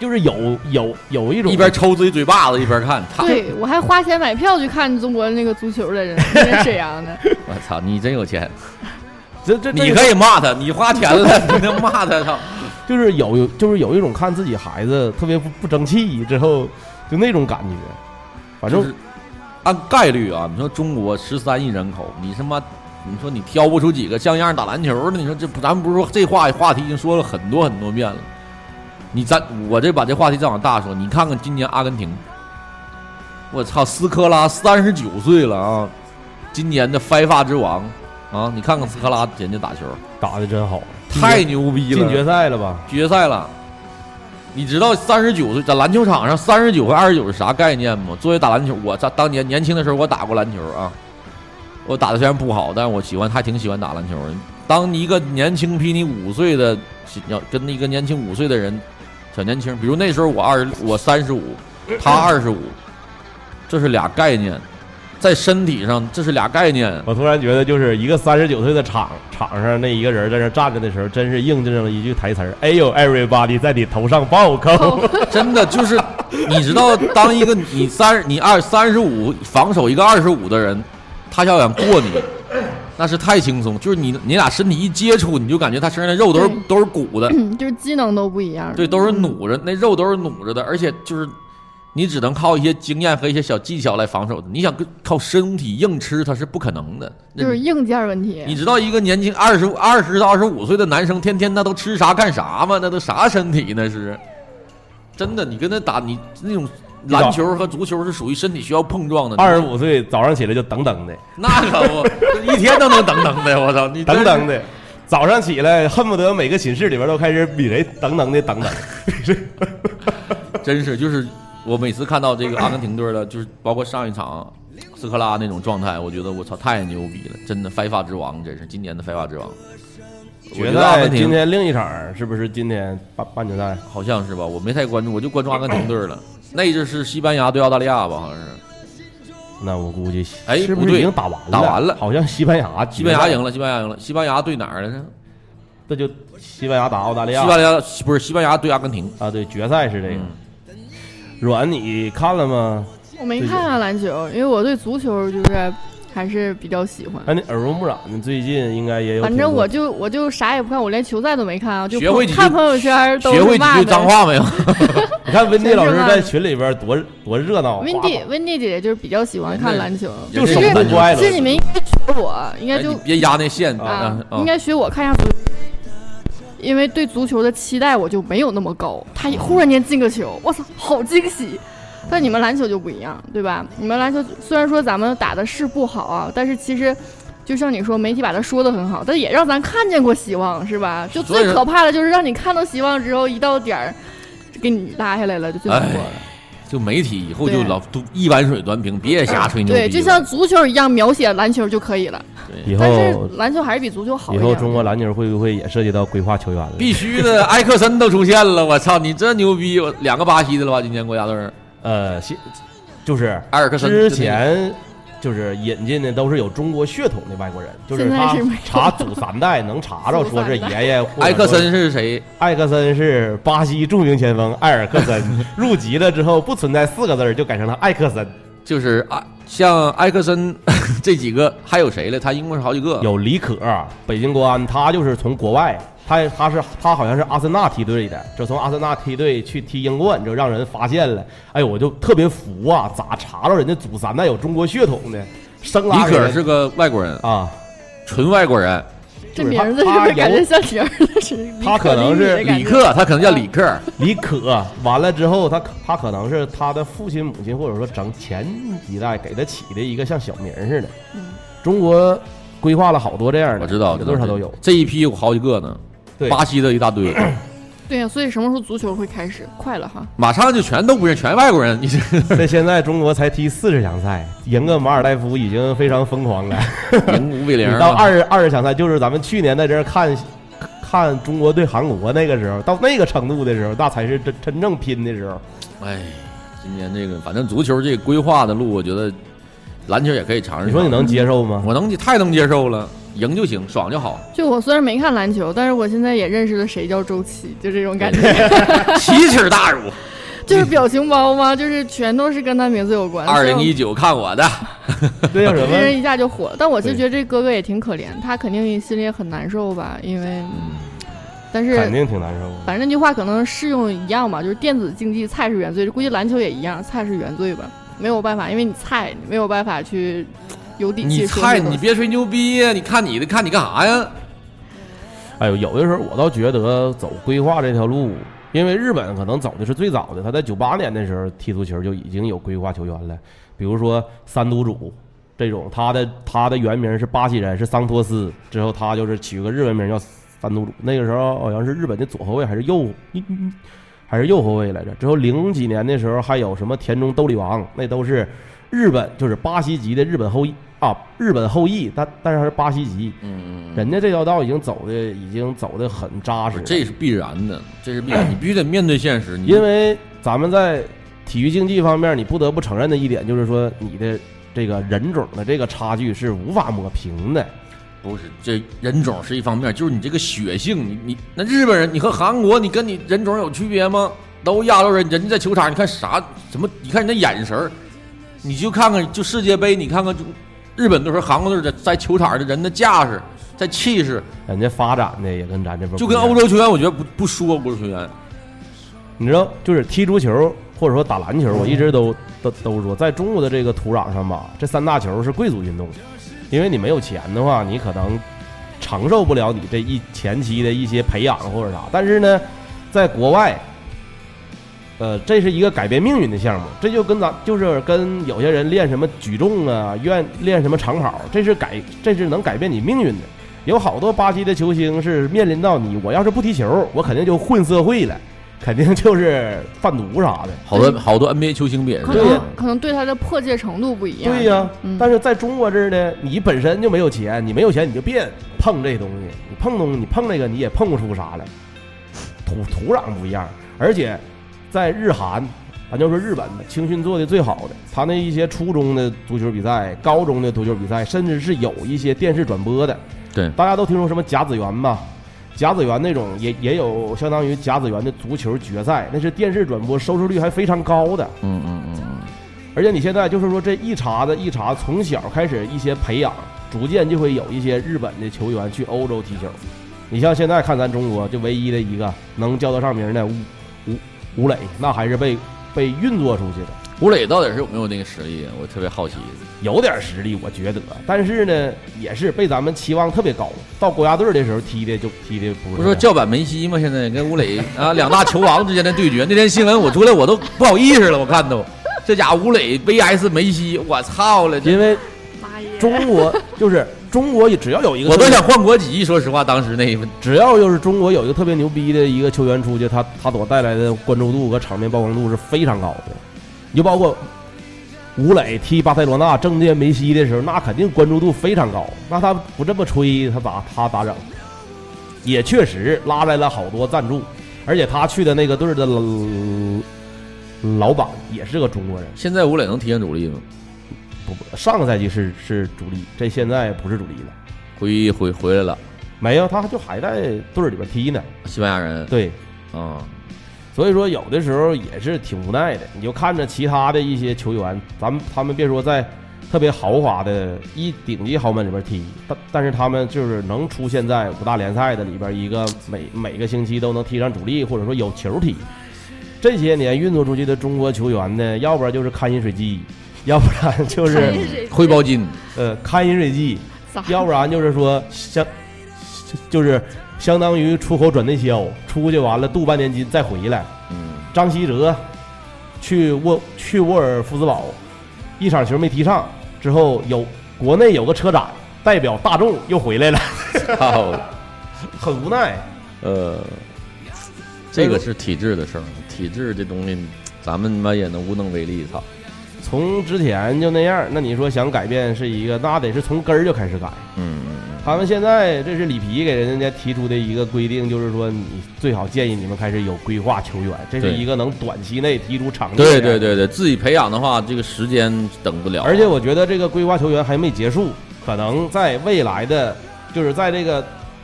就是有有有一种
一边抽自己嘴巴子一边看， 他
对我还花钱买票去看中国那个足球的人，那个沈阳的，
我操，你真有钱，
这这这
你可以骂他，你花钱 了，你能骂他操？
就是有有就是有一种看自己孩子特别不不争气之后就那种感觉，反正
就是按概率啊，你说中国十三亿人口，你他妈，你说你挑不出几个像样打篮球的？你说这咱们不是说这话话题已经说了很多很多遍了。你咱我这把这话题再往大说，你看看今年阿根廷，我操，斯科拉三十九岁了啊，今年的 FIFA 之王啊，你看看斯科拉人家打球
打的真好，
太牛逼了，
进决赛了吧？
决赛了。你知道三十九岁在篮球场上三十九和二十九是啥概念吗？作为打篮球，我在当年年轻的时候我打过篮球啊，我打的虽然不好，但是我喜欢还挺喜欢打篮球的。当你一个年轻比你五岁的要跟一个年轻五岁的人小年轻，比如那时候我二我三十五，他二十五，这是俩概念，在身体上这是俩概念。
我突然觉得，就是一个三十九岁的场场上那一个人在那站着的时候，真是印证了一句台词儿：“哎呦，everybody 在你头上暴扣。
真的就是，你知道，当一个你三你二三十五防守一个二十五的人，他要想过你，那是太轻松。就是你你俩身体一接触，你就感觉他身上的肉都是
对
都是鼓的，
嗯就是机能都不一样。
对，都是努着，那肉都是努着的，而且就是你只能靠一些经验和一些小技巧来防守的。你想跟靠身体硬吃，它是不可能的。那
就是
你
硬件问题。
你知道一个年轻二十二十到二十五岁的男生，天天那都吃啥干啥吗？那都啥身体那是？真的，你跟他打，你那种篮球和足球是属于身体需要碰撞的”。
二十五岁早上起来就噔噔的，
那可不，一天都能等等的，我操！你真
噔
是
噔，的，早上起来恨不得每个寝室里边都开始比谁噔噔的噔噔。
真是就是我每次看到这个阿根廷队的，就是包括上一场斯科拉那种状态，我觉得我操太牛逼了，真的 FIFA 之王，真是今年的 FIFA 之王。我
决
觉得阿
赛
根廷
啊今天另一场是不是今天半半决赛？
好像是吧？我没太关注，我就关注阿根廷队了。那一阵是西班牙对澳大利亚吧？好像是
那我估计
哎
是不
不
是
对
已经打完了？
打完了
好像西班牙决赛
西班牙赢，了，西班牙赢了。西班牙对哪儿来着？
这就西班牙打澳大利
西
亚。
班牙不是西班牙对阿根廷。
啊，对，决赛是这个
嗯。
软，你看了吗？
我没看啊篮球，因为我对足球就是还是比较喜欢。
哎，你耳濡目染的，最近应该也有挺多。
反正我就我就啥也不看，我连球赛都没看啊，就
学会
朋
几句
看朋友圈都
学
是
会几
骂
句
的。
脏话没有？
你看温蒂
真是
老师
吗
在群里边多多热闹，啊
温蒂温蒂姐姐就是比较喜欢看篮球，
就
人
手
家
不
人家
乖了。
其实你们应该学我，应该
哎
就
你别压那线
啊
啊，！
应该学我看一下足球，因为对足球的期待我就没有那么高。他一忽然间进个球，我操，好惊喜！但你们篮球就不一样，对吧？你们篮球虽然说咱们打的是不好啊，但是其实。就像你说，媒体把它说的很好，但也让咱看见过希望，是吧？就
所以
最
说
可怕的就是让你看到希望之后，一到点儿给你拉下来了，就最难过了。
就媒体以后就
对
老都一碗水端平，别瞎吹牛逼了。
对，就像足球一样描写篮球就可以了。
以
但是
后
篮球还是比足球好一
以
点。
后中国篮球会不会也涉及到规划球员了？
必须的，埃克森都出现了，我操，你这牛逼！我两个巴西的了吧？今年国家队儿
呃，西就是
埃尔克森
之前就是引进的都是有中国血统的外国人，就是
现在
他
是没有
查祖三代能查着，说是爷爷或者
埃克
说
森是谁？
艾克森是巴西著名前锋埃尔克森， 入籍了之后不存在四个字儿，就改成了艾克森。
就是啊，像埃克森 这几个，还有谁了？他一共是好几个。
有李可，北京国安，他就是从国外他他是他好像是阿森纳梯队的，就从阿森纳梯队去踢英冠，就让人发现了。哎呦，我就特别服啊，咋查到人家祖三代有中国血统的？生
你
拉
可是个外国人，
啊，
纯外国人，
就
这
是
名
他
字是不
他
是感觉
有
像你儿子是李
他可能
丽
是
的感
李
觉
克，他可能叫李克，
李可完了之后，他可他可能是他的父亲、母亲，或者说整前几代给他起的一个像小名儿似的。中国规划了好多这样的，
我知道，
多少都有。
这一批有好几个呢，
对，
巴西的一大 堆，
对呀、所以什么时候足球会开始？快了哈！
马上就全都不认，全外国 人，你这
在现在中国才踢四十强赛，赢个马尔代夫已经非常疯 狂了。
零五啊比
你
零，
到二二十强赛，就是咱们去年在这儿看看中国对韩国那个时候，到那个程度的时候，那才是真真正拼的时候。
哎，今年这个反正足球这规划的路，我觉得篮球也可以尝试。
你说你能？接受吗？
我能，太能接受了，赢就行，爽就好。
就我虽然没看篮球，但是我现在也认识了谁叫周琦，就这种感觉，
奇耻大 辱！
就是表情包嘛，就是全都是跟他名字有关。
二零
所以
一九，看我 的！
这叫什
我这人
么？
一下就火了，但我就
对
觉得这哥哥也挺可怜，他肯定心里也很难受吧，因为，嗯但是
肯定挺难受的。
反正那句话可能适用一样嘛，就是电子竞技菜是原罪，估计篮球也一样，菜是原罪吧，没有办法，因为你菜，你没有办法去有底气
你
说
菜，
这个
你别吹牛逼呀！你看你的，看你干啥呀？
哎呦，有的时候我倒觉得走规划这条路，因为日本可能走的是最早的，他在九八年的时候踢足球就已经有规划球员了，比如说三都主这种，他的他的原名是巴西人，是桑托斯，之后他就是取个日文名叫三都主，那个时候好像是日本的左后 卫还是右还是右后卫来着。之后零几年的时候还有什么田中兜里王，那都是日本就是巴西籍的日本后裔啊，日本后裔，但但是还是巴西籍。嗯，人家这条道已经走的已经走的很扎实
不
了
是，。哦这是必然的，这是必 然，你必须得面对现实。你
因为咱们在体育竞技方面，你不得不承认的一点就是说，你的这个人种的这个差距是无法抹平的。
不是这人种是一方面，就是你这个血性，你你那日本人，你和韩国，你跟你人种有区别吗？都亚洲人，人家在球场，你看啥什么？你看人家眼神儿，你就看看就世界杯，你看看就日本队和韩国队在在球场的人的架势，在气势，
人家发展的也跟咱这边不
就跟
一样
欧洲球员，我觉得不不说欧洲球员，
你知道，就是踢足球或者说打篮球，我一直都都都说，在中国的这个土壤上吧，这三大球是贵族运动，因为你没有钱的话，你可能承受不了你这一前期的一些培养或者啥。但是呢，在国外，呃，这是一个改变命运的项目，这就跟咱就是跟有些人练什么举重啊，愿练什么长跑，这是改这是能改变你命运的。有好多巴西的球星是面临到你，我要是不踢球，我肯定就混社会了，肯定就是贩毒啥的。
好多好多 NBA 球星不也是
可
这样
能
吗？
可能对他的迫切程度不一样。
对呀、
嗯
但是在中国这儿呢，你本身就没有钱，你没有钱你就别碰这东西，你碰东西你碰那个你也碰不出啥来，土土壤不一样，而且在日韩，咱就说日本的青训做的最好的，他那一些初中的足球比赛、高中的足球比赛，甚至是有一些电视转播的，
对，
大家都听说什么甲子园吧？甲子园那种也也有相当于甲子园的足球决赛，那是电视转播收视率还非常高的。
嗯嗯嗯嗯，
而且你现在就是说这一茬子一茬，从小开始一些培养，逐渐就会有一些日本的球员去欧洲踢球。你像现在看咱中国，就唯一的一个能叫得上名的吴吴吴磊，那还是被被运作出去的，
吴磊到底是有没有那个实力啊？我特别好奇。
有点实力，我觉得。但是呢，也是被咱们期望特别高，到国家队的时候踢的就踢的不是
不是说
这
叫
样
板梅西吗？现在跟吴磊啊两大球王之间的对决，那天新闻我出来我都不好意思了，我看都，这家伙吴磊 VS 梅西，我操了，这
因为
妈耶！
中国就是中国，只要有一个
我
队
都想换国籍。说实话，当时那一分
只要就是中国有一个特别牛逼的一个球员出去，他他所带来的关注度和场面曝光度是非常高的。你就包括吴磊踢巴塞罗那正见梅西的时候，那肯定关注度非常高。那他不这么吹，他咋他咋整？也确实拉来了好多赞助，而且他去的那个队儿的老老板也是个中国人。
现在吴磊能踢上主力吗？
不，不上个赛季是是主力，这现在不是主力了。
回回回来了，
没有，他就还在队儿里边踢呢。
西班牙人
对，
啊，
所以说，有的时候也是挺无奈的。你就看着其他的一些球员，咱们他们别说在特别豪华的一顶级豪门里边踢，但但是他们就是能出现在五大联赛的里边一个每每个星期都能踢上主力，或者说有球踢。这些年运作出去的中国球员呢，要不然就是看饮水机，要不然就是
汇报 金，
呃看饮水机，
咋
要不然就是说相就是相当于出口转内销，出去完了镀半年金再回来。
嗯，
张稀哲去沃去沃尔夫斯堡，一场球没踢上，之后有国内有个车展，代表大众又回来了，
操，
很无奈。
呃，这
哎
个是体制的事儿，体制这东西，咱们他妈也能无能为力，操，
从之前就那样，那你说想改变是一个，那得是从根儿就开始改。
嗯嗯
他们现在这是里皮给人家提出的一个规定，就是说你最好建议你们开始有规划球员，这是
对
一个能短期内提出场
嗯，
地的。
对对对对，自己培养的话，这个时间等不了，啊
而且我觉得这个规划球员还没结束，可能在未来的，就是在这个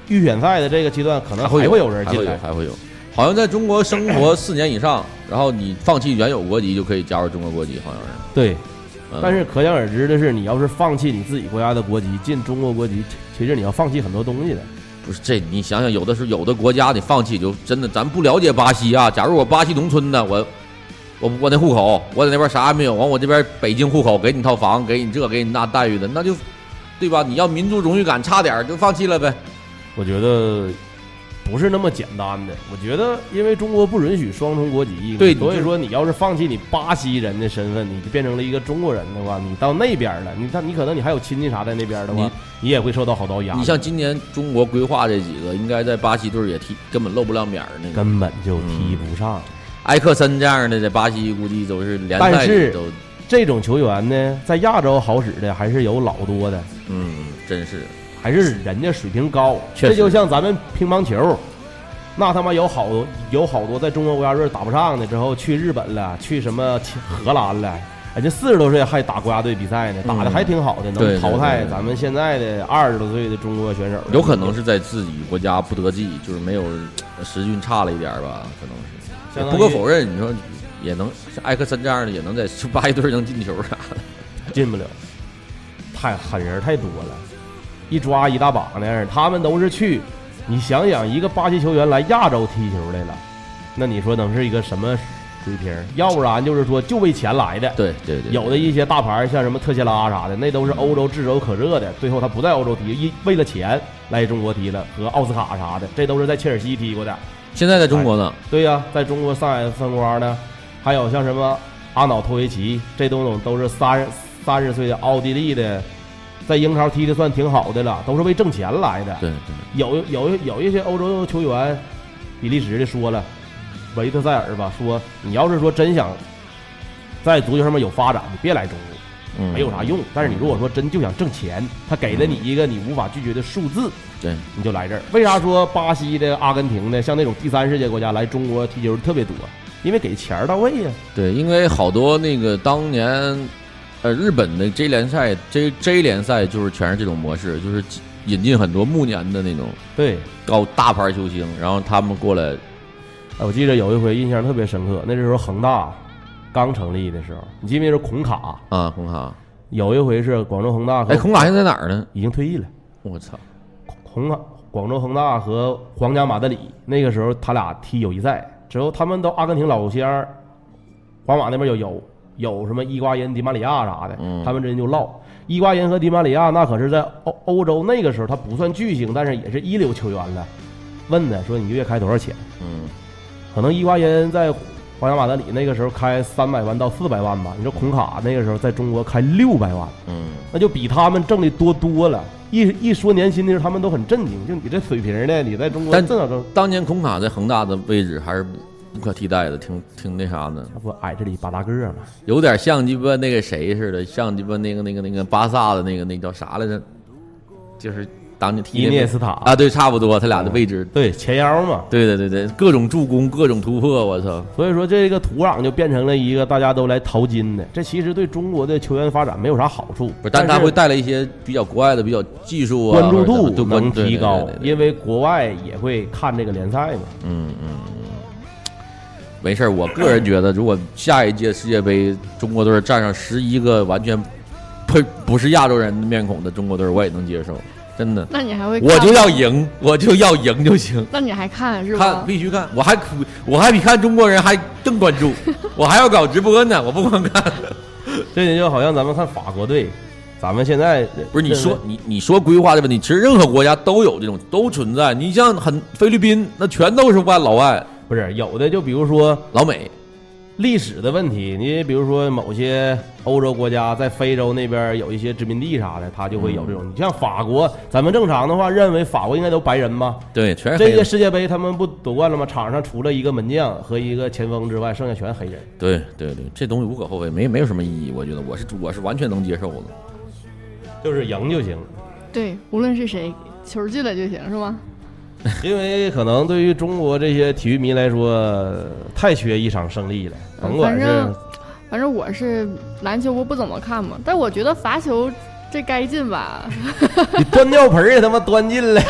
预选赛的这个阶段，可能
还会
还
有
会有人
还
进
会有
来。
还会有，好像在中国生 活四年以上，然后你放弃原有国籍就可以加入中国国籍，好像是。
对，
嗯
但是可想而知的是，你要是放弃你自己国家的国籍，进中国国籍，其其实你要放弃很多东西的。
不是这，你想想，有的时候有的国家你放弃就真的，咱不了解巴西啊。假如我巴西农村的，我我我那户口，我在那边啥也没有，完我这边北京户口给你套房，给你这给你那待遇的，那就对吧？你要民族荣誉感差点儿就放弃了呗。
我觉得不是那么简单的。我觉得，因为中国不允许双重国籍，
对
所
你
以
就
说你要是放弃你巴西人的身份，你就变成了一个中国人的话，你到那边了，你看你可能你还有亲戚啥在那边的话
你，
你也会受到好多压力。
你像今年中国规划这几个，应该在巴西队儿也踢，根本露不了面儿。那个
根本就踢不上。
埃克森这样的，在巴西估计都是联
但
赛
是
里都，
这种球员呢，在亚洲好使的还是有老多的，
嗯，真是
还是人家水平高。
确实
这就像咱们乒乓球，那他妈有好多有好多在中国国家队打不上的，之后去日本了，去什么荷兰了。人家四十多岁还打国家队比赛呢，打的还挺好的，
嗯对
能
对
淘
对
汰
对
咱们现在的二十多岁的中国选手。
有可能是在自己国家不得志，就是没有时运差了一点儿吧，可能是。
相当于
不可否认，你说也能像埃克森这样的也能在 巴西队能进球啊啥的，
进不了，太狠人太多了，一抓一大把那样。他们都是去，你想想，一个巴西球员来亚洲踢球来了，那你说能是一个什么水平？要不然就是说就为钱来的。
对对对，
有的一些大牌像什么特谢拉啊啥的，那都是欧洲炙手可热的。最后他不在欧洲踢，一为了钱来中国踢了，和奥斯卡啥的，这都是在切尔西踢过的。
现在在中国呢，
对呀、在中国上海三瓜呢，还有像什么阿瑙托维奇，这东种都是三十三十岁的奥地利的，在英超踢的算挺好的了，都是为挣钱来的。
对对，
有有有一些欧洲球员，比利时的说了，维特塞尔吧，说你要是说真想在足球上面有发展，你别来中国，
嗯
没有啥，用。但是你如果说真就想挣钱，他给了你一个你无法拒绝的数字，
对，
你就来这儿。为啥说巴西的、阿根廷的，像那种第三世界国家来中国踢球特别多？因为给钱儿到位呀、
对，因为好多那个当年，呃，日本的 J 联赛，J J 联赛就是全是这种模式，就是引进很多暮年的那种
对，
高大牌球星，然后他们过来，
哎我记得有一回印象特别深刻，那时候恒大刚成立的时候，你记不记得孔卡？
啊，孔卡，
有一回是广州恒大和
哎，孔卡现在在哪儿呢？
已经退役了，
我操，
孔卡广州恒大和皇家马德里那个时候他俩踢友谊赛，之后他们到阿根廷老乡儿，皇马那边有有有什么伊瓜因、迪马里亚啥的，
嗯
他们之间就唠。伊瓜因和迪马里亚那可是在欧欧洲那个时候他不算巨星，但是也是一流球员了。问他说你月开多少钱？
嗯，
可能伊瓜因在皇家马德里那个时候开三百万到四百万吧，你说孔卡那个时候在中国开六百万。
嗯，
那就比他们挣的多多了。一一说年薪的时候，他们都很震惊，就你这水平的，你在中国
但
挣少挣？
当年孔卡在恒大的位置还是不可替代的，挺挺那啥的，
他不矮这里八大个儿吗？
有点像鸡巴那个谁似的，像鸡巴那个那个那个巴萨的那个那叫啥来着？就是当年踢
伊
那
涅斯塔
啊，对，差不多，他俩的位置，
对，前腰嘛。
对对对对，各种助攻，各种突破，我操，
所以说，这个土壤就变成了一个大家都来淘金的。这其实对中国的球员发展没有啥好处
不，是，但他会带来一些比较国外的、比较技术啊，
关注
或者
度
怎么
能
对
提
关
高
对对，对对
因为国外也会看这个联赛嘛。
嗯嗯嗯，没事儿我个人觉得，如果下一届世界杯中国队站上十一个完全不不是亚洲人的面孔的中国队，我也能接受，真的。
那你还会看
我就要
吗，
赢，我就要赢就行。
那你还看是吧
看？必须看，我还苦，我还比看中国人还更关 注，我还要搞直播呢，我不光看。
这就好像咱们看法国队，咱们现在
不是你说你你说规划的问题，其实任何国家都有这种都存在。你像很菲律宾，那全都是外老外、
不是有的就比如说
老美，
历史的问题，你比如说某些欧洲国家在非洲那边有一些殖民地啥的，它就会有这种。你像法国，咱们正常的话认为法国应该都白人吧？
对，全是
这
黑
届
人。
世界杯他们不夺冠了吗？场上除了一个门将和一个前锋之外，剩下全黑人。
对对对，这东西无可厚非，没没有什么意义。我觉得我是我是完全能接受的。
就是赢就行，
对，无论是谁，球进了就行是吗？
因为可能对于中国这些体育迷来说，太缺一场胜利了。甭管
反
是
正反正我是篮球，我不怎么看嘛，但我觉得罚球这该进吧。
你端尿盆儿也他妈端进来，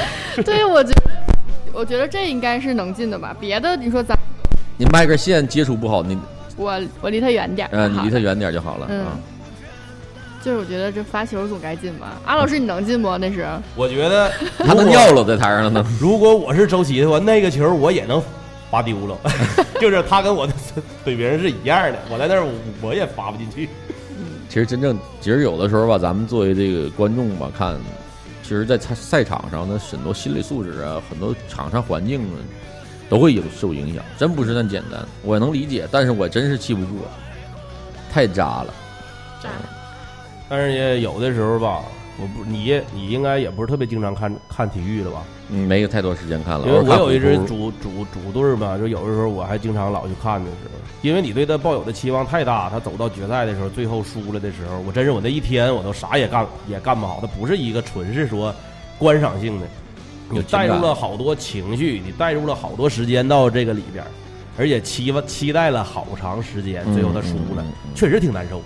对，我觉得我觉得这应该是能进的吧，别的你说咱
你迈克线接触不好，你
我我离他远点儿
嗯
呃你
好
离他远点就好了
嗯
啊。
就是我觉得这罚球总该进吧。安老师，你能进不？那是
我觉 得
他能尿了在台上呢。
如果我是周琦的话，那个球我也能罚丢 了，就是他跟我的怼别人是一样的，我在那儿我也罚不进去。
其实真正，其实有的时候吧，咱们作为这个观众吧，看，其实，在赛赛场上的很多心理素质啊，很多场上环境啊，都会有受影响，真不是那么简单。我能理解，但是我真是气不过，太渣了。
但是也有的时候吧，我不你也你应该也不是特别经常看看体育的吧？
嗯，没有太多时间看了。
因为
偶尔
我
看
有一支
虎扑
主主主队儿嘛，就有的时候我还经常老去看的时候，因为你对他抱有的期望太大，他走到决赛的时候，最后输了的时候，我真是我那一天我都啥也干也干不好。他不是一个纯是说观赏性的，你
有情
带
感
入了好多情绪，你带入了好多时间到这个里边儿，而且期望期待了好长时间，最后他输了，
嗯嗯嗯嗯
确实挺难受。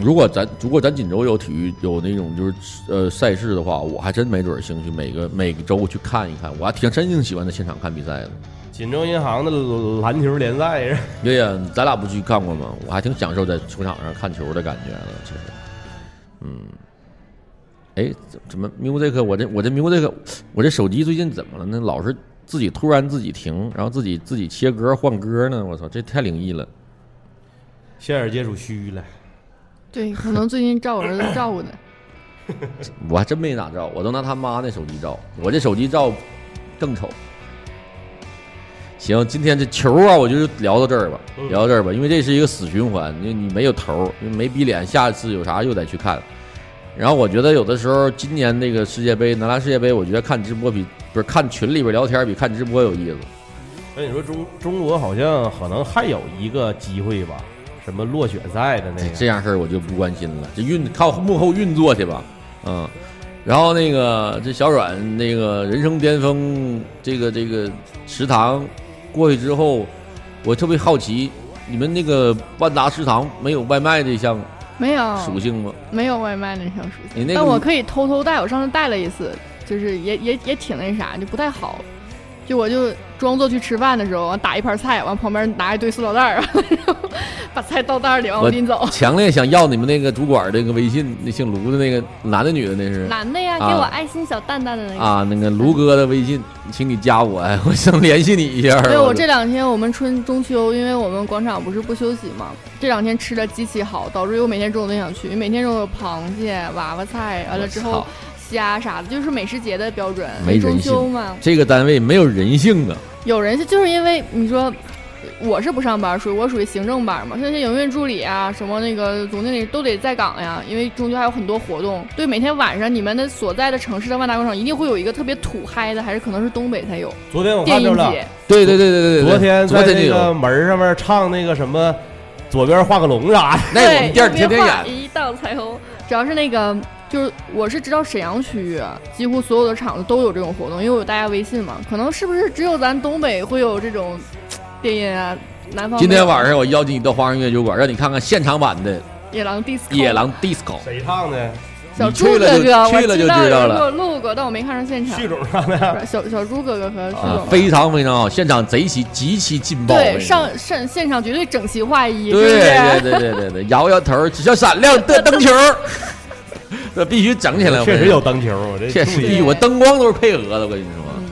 如果咱如果咱锦州有体育有那种就是呃赛事的话，我还真没准儿兴趣每个每个周去看一看，我还挺真挺喜欢在现场看比赛的。
锦州银行的篮球联赛 是。
对呀，咱俩不去看过吗？我还挺享受在球场上看球的感觉的，其实，嗯，哎，怎怎么 music 我这我这 music 我这手机最近怎么了呢？老是自己突然自己停，然后自己自己切歌换歌呢？我操，这太灵异了！
现尔接触虚了，
对，可能最近照我儿子照顾的。
我还真没咋照，我都拿他妈那手机照，我这手机照更丑。行，今天这球啊，我就聊到这儿吧，聊到这儿吧，因为这是一个死循环，你你没有头儿，没逼脸，下次有啥又得去看。然后我觉得有的时候，今年这个世界杯，男篮世界杯，我觉得看直播比不是看群里边聊天比看直播有意思。
那你说中中国好像可能还有一个机会吧？什么落选赛的那
这
个？
样事儿我就不关心了，这运靠幕后运作去吧，嗯。然后那个这小阮那个人生巅峰这个这个食堂过去之后，我特别好奇，你们那个万达食堂没有外卖这项
没有，
属性吗？
没有外卖那项属性。
你那个
但我可以偷偷带，我上次带了一次，就是也也也挺那啥，就不太好。就我就装作去吃饭的时候，完打一盘菜，完旁边拿一堆塑料袋儿， 然后把菜倒袋儿里，完我拎走。
强烈想要你们那个主管那个微信，那姓卢的那个男的女的那是
男的呀，
啊
给我爱心小蛋蛋的那个。
啊，那个卢哥的微信，请你加我，哎我想联系你一下。
对，我
的
这两天我们春中秋，因为我们广场不是不休息嘛，这两天吃的极其好，导致于我每天中午都想去，每天中午有螃蟹、娃娃菜，完了之
我
后
操
虾啥的，就是美食节的标准。
没
中
人性
秋嘛，
这个单位没有人性啊。
有人是就是因为你说。我是不上班，属于我属于行政班嘛，像些营运助理啊，什么那个总经理都得在岗呀，因为中秋还有很多活动。对，每天晚上你们的所在的城市的万达广场一定会有一个特别土嗨的，还是可能是东北才有
哦
昨天我
电
看着
音
了，
节。
对对对对对对，
昨天
昨天
在
就
那个
有，
门儿上面唱那个什么，左边画个龙啊啥的。
那我们店儿天天演。
一道彩虹。主要是那个，就是我是知道沈阳区域几乎所有的厂子都有这种活动，因为我有大家微信嘛，可能是不是只有咱东北会有这种电音啊？南方
今天晚上我邀请你到花生乐酒馆，让你看看现场版的
野狼
《
disco，
野狼 DISCO》。
谁唱的？
小
你
猪
去了
哥
就
哥，我
去了就
知道有
知道
人
了
给我录过，但我没看上现场。
旭总 啥的，
不是小小猪哥哥和旭
啊
总，
非常非常好，现场贼其极其劲爆。我
嗯对
跟你说
上上现场绝对整齐划一，是不
对对
是？
对对对对，摇摇头儿，小闪亮的灯球 儿，这必须整起来。我跟
确
你
实
说
有灯球，我这
确实
注意
有，我灯光都是配合的，我跟你说。
嗯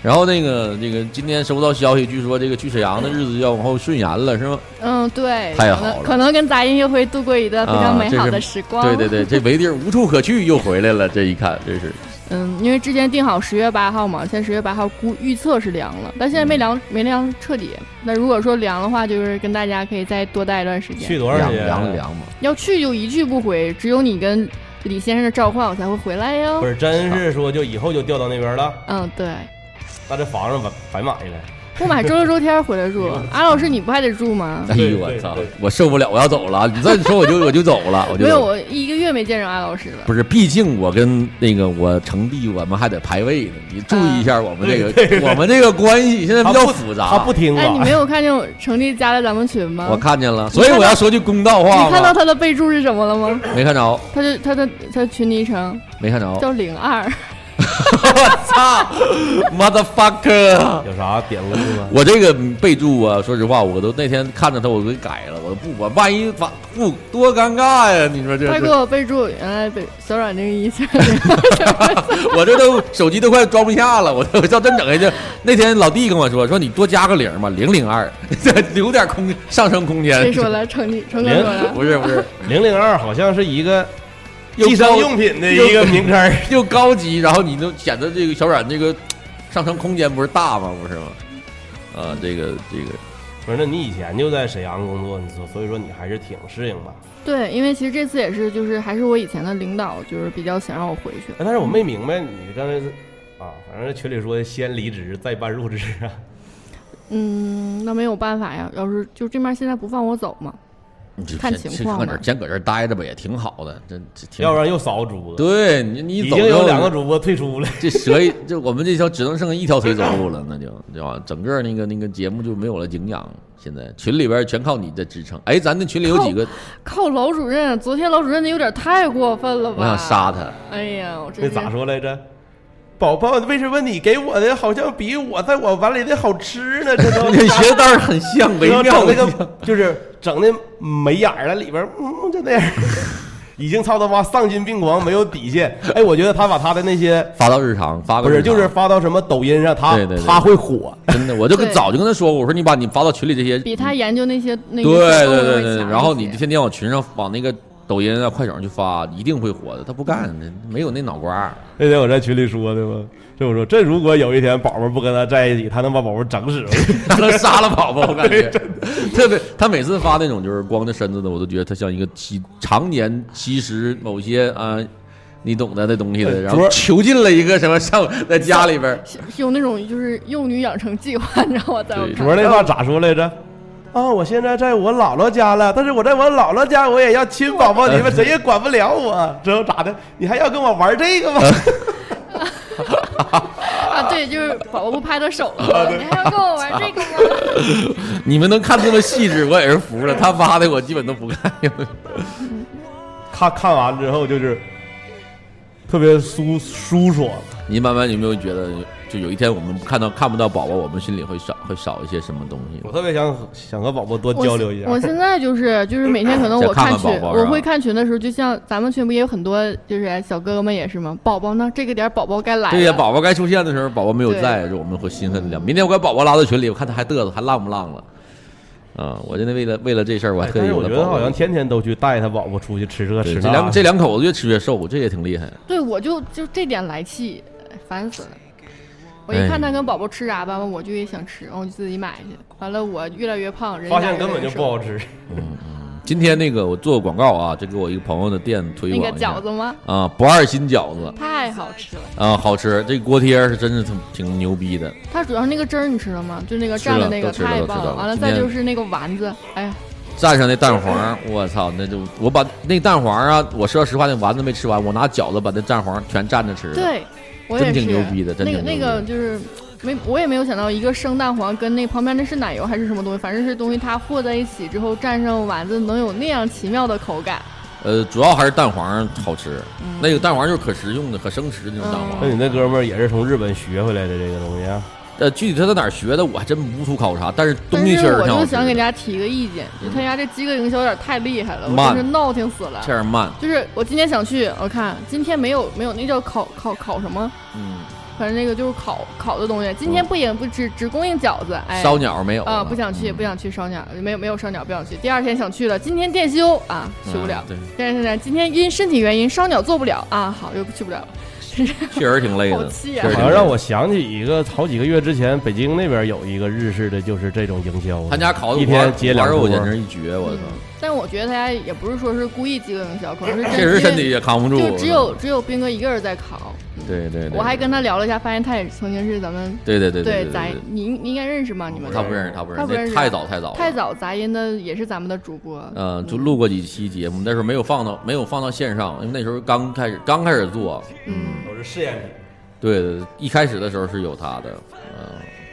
然后那个这个，今天收到消息，据说这个去沈阳的日子要往后顺延了，是吗？
嗯，对，
太
可能
好了
可能跟杂音乐会度过一段非常
啊
美
这
好
是
的时光。
对对对，这没地儿无处可去，又回来了。这一看，真是
嗯，因为之前定好十月八号嘛，现在十月八号估预测是凉了，但现在
嗯
没凉，没凉彻底。那如果说凉的话，就是跟大家可以再多待一段时
去
间。
多少
凉
年？
凉凉嘛。
要去就一去不回，只有你跟李先生的召唤，我才会回来哟
不。是，真是说就以后就调到那边了，
嗯，对，
那这房子白白买了。
不买周六周天回来住。安老师，你不还得住吗？
哎
对
呦我
对
操
对，
我受不了，我要走了。你再说我就我就走了，我就
没有，
走了。
我一个月没见着安老师了。
不是，毕竟我跟那个我成弟，我们还得排位呢。你注意一下我们这个、 我们这个关系，现在比
他
较
不
复
他
杂
不。听
哎，你
了
没，有看见我成绩加了咱们群吗？
啊我看见了，所以我要说句公道话
你看到
嘛，
他的备注是什么了吗？
没看着，
他就他的他群昵称
没看着。
叫零二，
我操，motherfucker！
有啥典故 吗？
我这个备注啊，说实话，我都那天看着他，我都给改了。我不，我万一把不多尴尬呀！你说这
他给
是，
我备注原来被小软这个意 思。
我这都手机都快装不下了。我我要真整下去，那天老弟跟我说，说你多加个零嘛，零零二，留点空上升空间。
谁说了？成绩成哥说了。
不是不是，
零零二好像是一个
又
计生
高
用品的一个名称儿，
又高级，然后你就显得这个小冉这个上升空间不是大吗？不是吗？啊，这个这个，
不是？那你以前就在沈阳工作，你说，所以说你还是挺适应吧？
对，因为其实这次也是，就是还是我以前的领导，就是比较想让我回去。
哎，但是我没明白你刚才是啊，反正群里说先离职再办入职啊，
嗯，那没有办法呀，要是就这面现在不放我走嘛，
你就
看
先
情
先
况
搁这儿
吧
先搁这儿待着吧，也挺好的，这这挺
要不然又少主播。
对你你
已
走
经有
之后
两个主播退出了，
这蛇一这我们这条只能剩一条腿走路了，那就对吧？整个那个那个节目就没有了营养。现在群里边全靠你在支撑。哎，咱那群里有几个，
靠老主任，昨天老主任那有点太过分了吧？
我想杀他。
哎呀，我真
那
是
咋说来着？宝宝，为什么你给我的好像比我在我碗里的好吃呢？这都
你 学倒是很像，微
要
妙
整
的
那个就是整那没眼儿了，里边儿 嗯就那样，已经操他妈丧心病狂，没有底线。哎，我觉得他把他的那些
发到日常，发个
不是
日常
就是发到什么抖音上，他
对对对
他会火。
真的，我就跟
对
早就跟他说过，我说你把你发到群里这些，嗯
比他研究那些那
对
个
对
手动
对
会
对，
强
然后
一
你
些
天天往群上往那个抖音啊、快手上去发，一定会火的。他不干，没有那脑瓜儿。
那天我在群里说的嘛，这我说这如果有一天宝宝不跟他在一起，他能把宝宝整 死。
他能杀了宝宝，我感觉特别。他每次发那种就是光着身子的，我都觉得他像一个吸常年吸食某些啊、你懂得的东西的，
呃
然
昨
后
儿
囚禁了一个什么上在家里边儿。
有那种就是幼女养成计划， 你知道吗？在我
对
看
昨儿那话咋说来着？啊，我现在在我姥姥家了，但是我在我姥姥家，我也要亲宝宝，你们谁也管不了 我。之后咋的？你还要跟我玩这 个吗？
啊，对，就是宝宝不拍他手了
啊
吗，你还要跟我玩这个吗？
你们能看这么细致，我也是服了。他发的我基本都不看。
看看完之后就是特别舒舒爽，
你慢慢有没有觉得，就有一天我们看到看不到宝宝，我们心里会少会少一些什么东西？
我特别想想和宝宝多
我
交流一下
我。现在就是就是每天可能
想
我
看
看
看
群，
宝宝是
我
吧
会看群的时候，就像咱们群不也有很多就是小哥哥们也是吗？宝宝呢？这个点儿宝宝该来了。
对呀，宝宝该出现的时候，宝宝没有
对
在，就我们会心恨两。明天我把宝宝拉到群里，我看他还嘚瑟，还浪不浪了？啊，我真的为了为了这事儿，我还
哎
特
但
意
是我
为
觉
了
得
宝宝
好像天天都去带他宝宝出去吃这
对
吃
这
那
两，这两口子越吃越瘦，这也挺厉害。
对，我就就这点来气，哎烦死了。我一
哎
看他跟宝宝吃啥吧，我就也想吃，然后我就自己买去。完了，我越来越胖，人家
发现
越来
根本
越
就不好
瘦。
吃。
今天那个我做个广告啊，这给我一个朋友的店推
那
广
个
一下
饺子吗？
啊，不二新饺子
太好吃了！
啊，好吃。这锅贴是真是挺挺牛逼的，
它主要是那个汁儿，你吃了吗？就那个
吃
蘸的
了
那
都
个，
吃了
太
都
棒
吃
了。
了
完了，
今
再
天
就是那个丸子，哎呀，
蘸上那蛋 黄，我操，那就我把那蛋黄啊，我说实话，那丸子没吃完，我拿饺子把那蛋黄全蘸着吃了。
对，我
真
也是。
挺牛逼的真
那个
挺
那
牛
个
逼
就是没，我也没有想到一个生蛋黄跟那旁边那是奶油还是什么东西，反正是东西它和在一起之后蘸上丸子能有那样奇妙的口感。
呃，主要还是蛋黄好吃，
嗯
那个蛋黄就是可食用的、可生吃的那种蛋
那
黄。
你那哥们儿也是从日本学回来的这个东西啊？
呃，具体他在哪儿学的，我还真无从考察，但是东
但
西
是
确实
我
挺好
就
吃
想给大
的。嗯
家提个意见，就他家这饥饿营销有点太厉害了，我
慢
真是闹挺死了
这。样慢，
就是我今天想去，我看今天没有没有那叫烤烤烤什么，
嗯，
反正那个就是烤烤的东西。今天不也不只只供应饺子，哎，
烧鸟没有
啊、
了
不想去，不
嗯
想去烧鸟，没有没有烧鸟，不想去。第二天想去了，今天店休啊，去不了
啊。对，
第二天呢今天因身体原因烧鸟做不了啊，好又去不了。
确实挺累
好
的，
气
确
啊
实挺
好像
累
让我想起一个，好几个月之前，北京那边有一个日式的，就是这种营销。
他家烤的
一天接两
花肉，
锅
简直一绝，我操！
但我觉得大家也不是说是故意饥饿营销，啊可能是真
哎确实身
因
体
为
也扛不住，
嗯就只有只有斌哥一个人在烤。
对对对，
我还跟他聊了一下，发现他也曾经是咱们
对对对对
咱
对
你你应该认识吧？你们
他不认识，他不
他不认
认识，那
识啊
太早太早了
太。早杂音的也是咱们的主播，
嗯，就录过几期节目，那时候没有放到没有放到线上，因为那时候刚开始刚开始做，
嗯，
都是试验品。
对对，对一开始的时候是有他的，呃，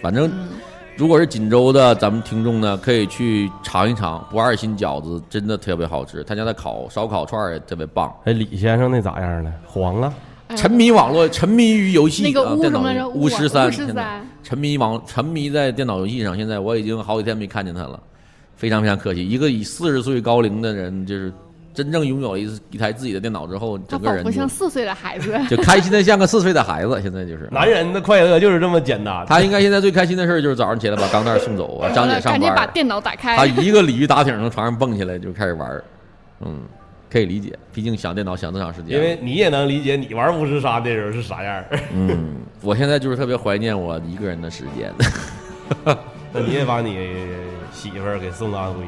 反正
嗯
如果是锦州的咱们听众呢，可以去尝一尝不二心饺子，真的特别好吃，他家的烤烧烤串儿也特别棒。
哎，李先生那咋样了？黄啊了？
哎
沉迷网络，沉迷于游戏，
那个
啊
巫
电
什
脑
么来
游
着
戏
巫
巫
啊
十三，
巫十
天哪
三
沉迷网，沉迷在电脑游戏上，现在我已经好几天没看见他了，非常非常可惜。一个以四十岁高龄的人，就是真正拥有了一一台自己的电脑之后，
他
整个
仿
人
佛像
就
四岁的 孩子。
就开心的像个四岁的孩子，现在就是。
男人的快乐就是这么简 单。
他应该现在最开心的事儿就是早上起来把钢蛋送走啊，张姐上
赶紧把
班，哎
电脑打开。
他一个鲤鱼打挺从床上蹦起来就开始玩儿，嗯，可以理解，毕竟想电脑想这么长时间
因
了。
为你也能理解，你玩巫师杀那时候是啥样儿。
嗯，我现在就是特别怀念我一个人的时间。
那你也把你媳妇儿给送到安徽去？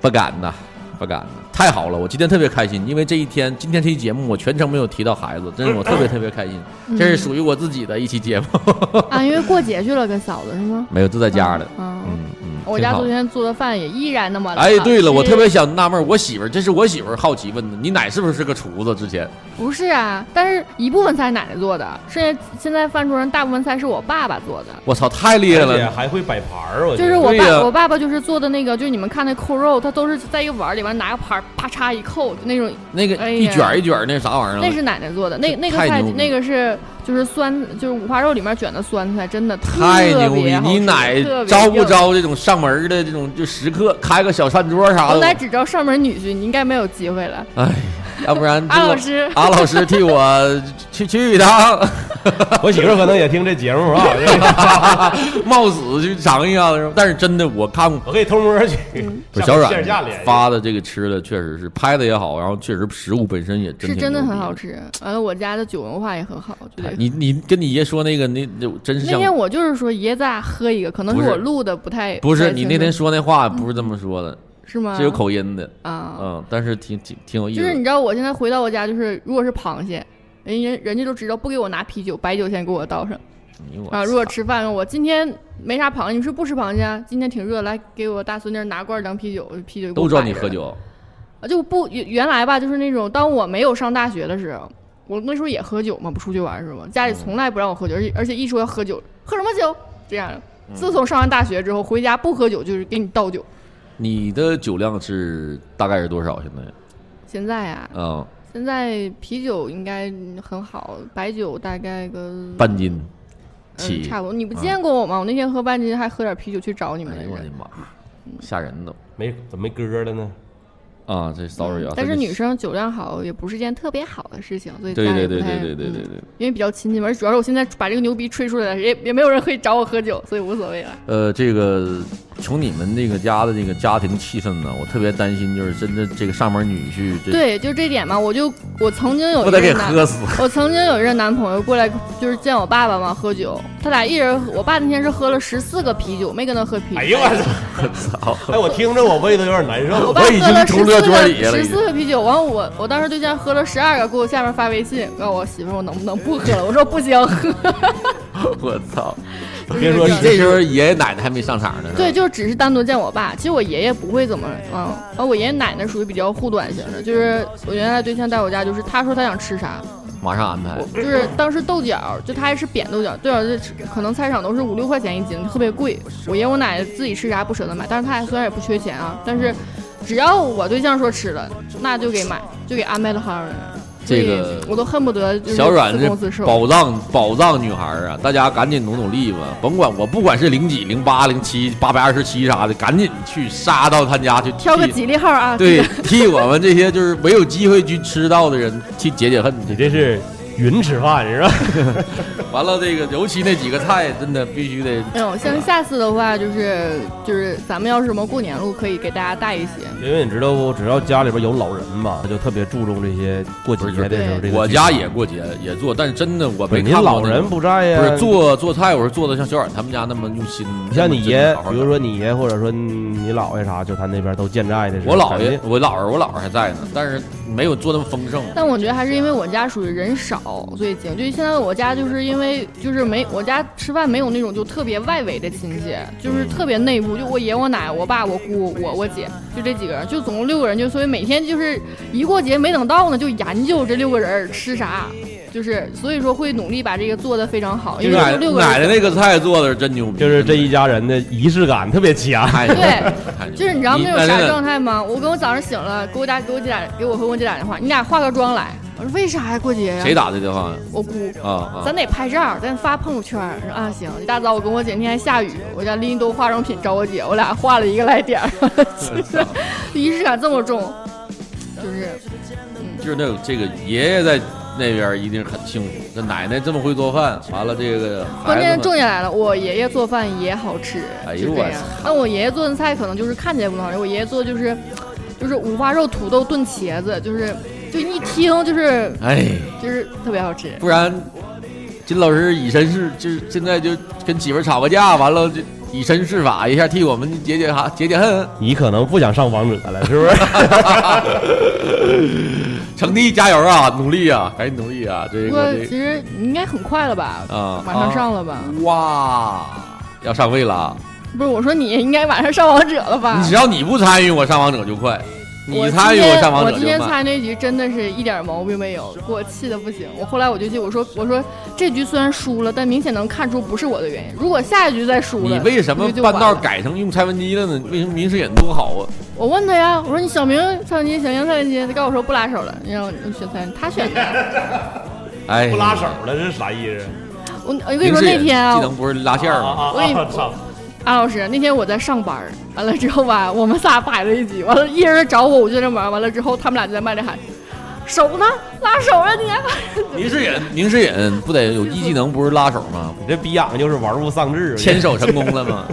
不敢呐，不敢呐，太好了！我今天特别开心，因为这一天，今天这期节目我全程没有提到孩子，真是我特别特别开心，
嗯
这是属于我自己的一期节目，
啊，因为过节去了，跟嫂子是吗？
没有就在家了。
嗯，
嗯嗯，
我家
挺好
昨。天做的饭也依然那么。
哎，对了，我特别想纳闷儿，我媳妇儿，这是我媳妇儿好奇问的，你奶是不是个厨子？之前
不是啊，但是一部分菜奶奶做的，剩下现在饭桌上大部分菜是我爸爸做的。
我操，太厉害
而且
了！
还会摆盘儿，我觉
就
得
是我
对
爸，
呀
我爸爸就是做的那个，就是你们看那扣肉，他都是在一个碗儿里边拿个盘儿，啪嚓一扣，就那种，
那个
哎呀
一卷儿一卷儿那啥玩意
那
儿，
是奶奶做的，那那个
太
菜
牛逼
那个是就是酸，就是五花肉里面卷的酸菜，真的
太
特
牛逼
别！好吃
你奶
特别
招不
硬
招这种上门儿的这种就食客，开个小饭桌啥
我奶
的？
只招上门女婿，你应该没有机会了。
哎，要不然
阿老
这
师，
阿老师替我去去一趟。
我媳妇儿可能也听这节目啊，这个
冒死去尝一下子，但是真的我看过。
我可以偷摸去。
不是小
线
阮
下联系
发的这个吃的确实是拍的也好，然后确实食物本身也真
是真的
挺牛
很
逼哎
好。吃。完了，我家的酒文化也很好，就得。
你你跟你爷说那个，那那真是
那
像
天我就是说爷在喝一个，可能
不
是
是
我录的不太
不是
太清
你
楚
那天说那话
嗯
不是这么说的，
是吗？
是有口音的，
啊，
嗯，但是挺挺挺有意
就是你
思。
知道我现在回到我家，就是如果是螃蟹，人人人家都知道不给我拿啤酒，白酒先给我倒上
你我
啊。如果
操
吃饭，我今天没啥螃蟹，你是不吃螃蟹啊？今天挺热，来给我大孙女拿罐儿凉啤酒，啤酒就给我
都知道
摆
你
着
喝酒，
啊，就不原原来吧，就是那种当我没有上大学的时候，我那时候也喝酒嘛，不出去玩是吗？
嗯
家里从来不让我喝酒，而且而且一说要喝酒，喝什么酒这样。
嗯
自从上完大学之后，回家不喝酒就是给你倒酒。
你的酒量是大概是多少？现在
现在啊，
啊，
现在啤酒应该很好，白酒大概个
半斤
嗯，
起。
差不多。你不见过我吗？我那天喝半斤，还喝点啤酒去找你们
哎
来
呦我
着
的。妈，
嗯
吓人都
没怎么没歌了呢？
啊！这 sorry 啊，
嗯但
他这
是女生酒量好也不是件特别好的事情，所以
对
大家
对
也
对
不
对
太
对对对
嗯
对。
因为比较亲近嘛，而主要是我现在把这个牛逼吹出来了，也也没有人会找我喝酒，所以无所谓了。
呃，这个从你们那个家的这个家庭气氛呢，我特别担心，就是真的这个上门女婿这
对，就这点嘛，我就我曾经有
不
一
得给
任男，
喝死。
我曾经有一任男朋友过来就是见我爸爸嘛，喝酒，他俩一人，我爸那天是喝了十四个啤酒，没跟他喝啤酒。
哎呦我操！
操！
哎，我听着我胃都有点难
我
受。
爸
我已
喝了
经
十
从
四
这桌
个
底下了
十
已经
四个啤酒，完我我当时对象喝了十二个，给我下面发微信，告诉我媳妇儿我能不能不喝了，我说不行 喝。
我操！
别说
你
是
这时候爷爷奶奶还没上场呢，是吧
对，就只是单独见我爸。其实我爷爷不会怎么，嗯，啊，我爷爷奶奶属于比较护短型的，就是我原来对象带我家，就是他说他想吃啥，
马上安排
我。就是当时豆角，就他也是扁豆角，豆角就吃可能菜市场都是五六块钱一斤，特别贵。我爷我奶奶自己吃啥不舍得买，但是他俩虽然也不缺钱啊，但是只要我对象说吃了，那就给买，就给安排了好人。所以
这个
我都恨不得就是
小阮
自供自
这
受。
宝藏宝藏女孩啊，大家赶紧努努力吧！甭管我，不管是零几、零八、零七、八百二十七啥的，赶紧去杀到他家去替，
挑个吉利号啊！
对，替我们这些就是没有机会去吃到的人去解解恨
你
去。
这是云吃饭是吧？
完了，这个尤其那几个菜，真的必须得
没有，哎像下次的话，就是就是咱们要是什么过年路，可以给大家带一些。
因为你知道不？只要家里边有老人嘛，他就特别注重这些过节的时候。这个
我
聚
家
餐
也过节也做，但是真的我
不
没
是你
看过
老
那
人
种
不在呀，
不是做做菜，我是做的像小冉他们家那么用心。
你像你
那
爷
么真的好，好
比如说你爷或者说你姥爷啥，就他那边都健在的时候。
我姥
肯
爷
定，
我姥爷，我姥爷还在呢，但是没有做那么丰盛。
但我觉得还是因为我家属于人少，所以行。就现在我家就是因为就是没我家吃饭没有那种就特别外围的亲戚，
嗯
就是特别内部，就我爷、我奶、我爸、我姑、我我姐，就这几个人，就总共六个人，就所以每天就是一过节没等到呢，就研究这六个人儿吃啥，就是所以说会努力把这个做得非常好，因为
奶
就六个人
奶奶啊哎那个菜做的是真牛逼，
就是这一家人的仪式感特别强。
太牛逼了太牛逼了
就是你知道那种
奶
啥
奶
状态吗？我跟我早上醒了，给我家给我姐打给我和我姐打电话，你俩化个妆来。我说为啥呀？过节呀？
谁？打的电话呀
我姑。
啊啊？
咱得拍照，咱发朋友圈。说啊，行。一大早我跟我姐那天还下雨，我家拎一兜化妆品找我姐，我俩化了一个来点儿，就是 仪式感这么重，就是
就是那种这个爷爷在那边一定很幸福，这奶奶这么会做饭，完了这个
关
孩
键
子
重
们
点来了，我爷爷做饭也好吃，
哎呦
就这
我
样。那我爷爷做的菜可能就是看起来不好吃，我爷爷做就是就是五花肉、土豆炖茄子，就是就一听就是
哎，
就是特别好吃。
不然金老师以身试，就是现在就跟媳妇儿吵个架，完了就以身试法一下，替我们解解哈解解恨。
你可能不想上王者了，是不是？
成弟加油啊，努力啊，赶紧努力啊！这
不过
个
其实你应该很快了吧？
这啊，
马上上了吧？
啊哇，要上位了啊！
不是，我说你应该马上上王者了吧？
你只要你不参与，我上王者就快；你
啊我
参与，
今天
上王
我
者
今
就
天
慢。
参与那局真的是一点毛病没有，给我气的不行。我后来我就去，我说我说这局虽然输了，但明显能看出不是我的原因。如果下一局再输
你
了，
为什么
这局就
半
完
道
了？
改成用蔡文姬了呢？为什么明视眼多好啊？
我问他呀，我说你小明蔡文姬，小明蔡文姬，他告诉我说不拉手了，你让我选蔡文姬，他选 的。
哎，
不拉手了是啥意思？啊
我我跟你
明
说
视眼
那天啊
技，能不是拉线儿吗？
我跟你
操！
安老师，那天我在上班儿，完了之后吧，我们仨摆了一局，完了，一人找我，我就在那玩儿，完了之后他们俩就在麦里喊，手呢，拉手啊你，
明视眼，明视眼不得有一技能不是拉手吗？
你这逼养就是玩物丧志。啊
牵手成功了 吗？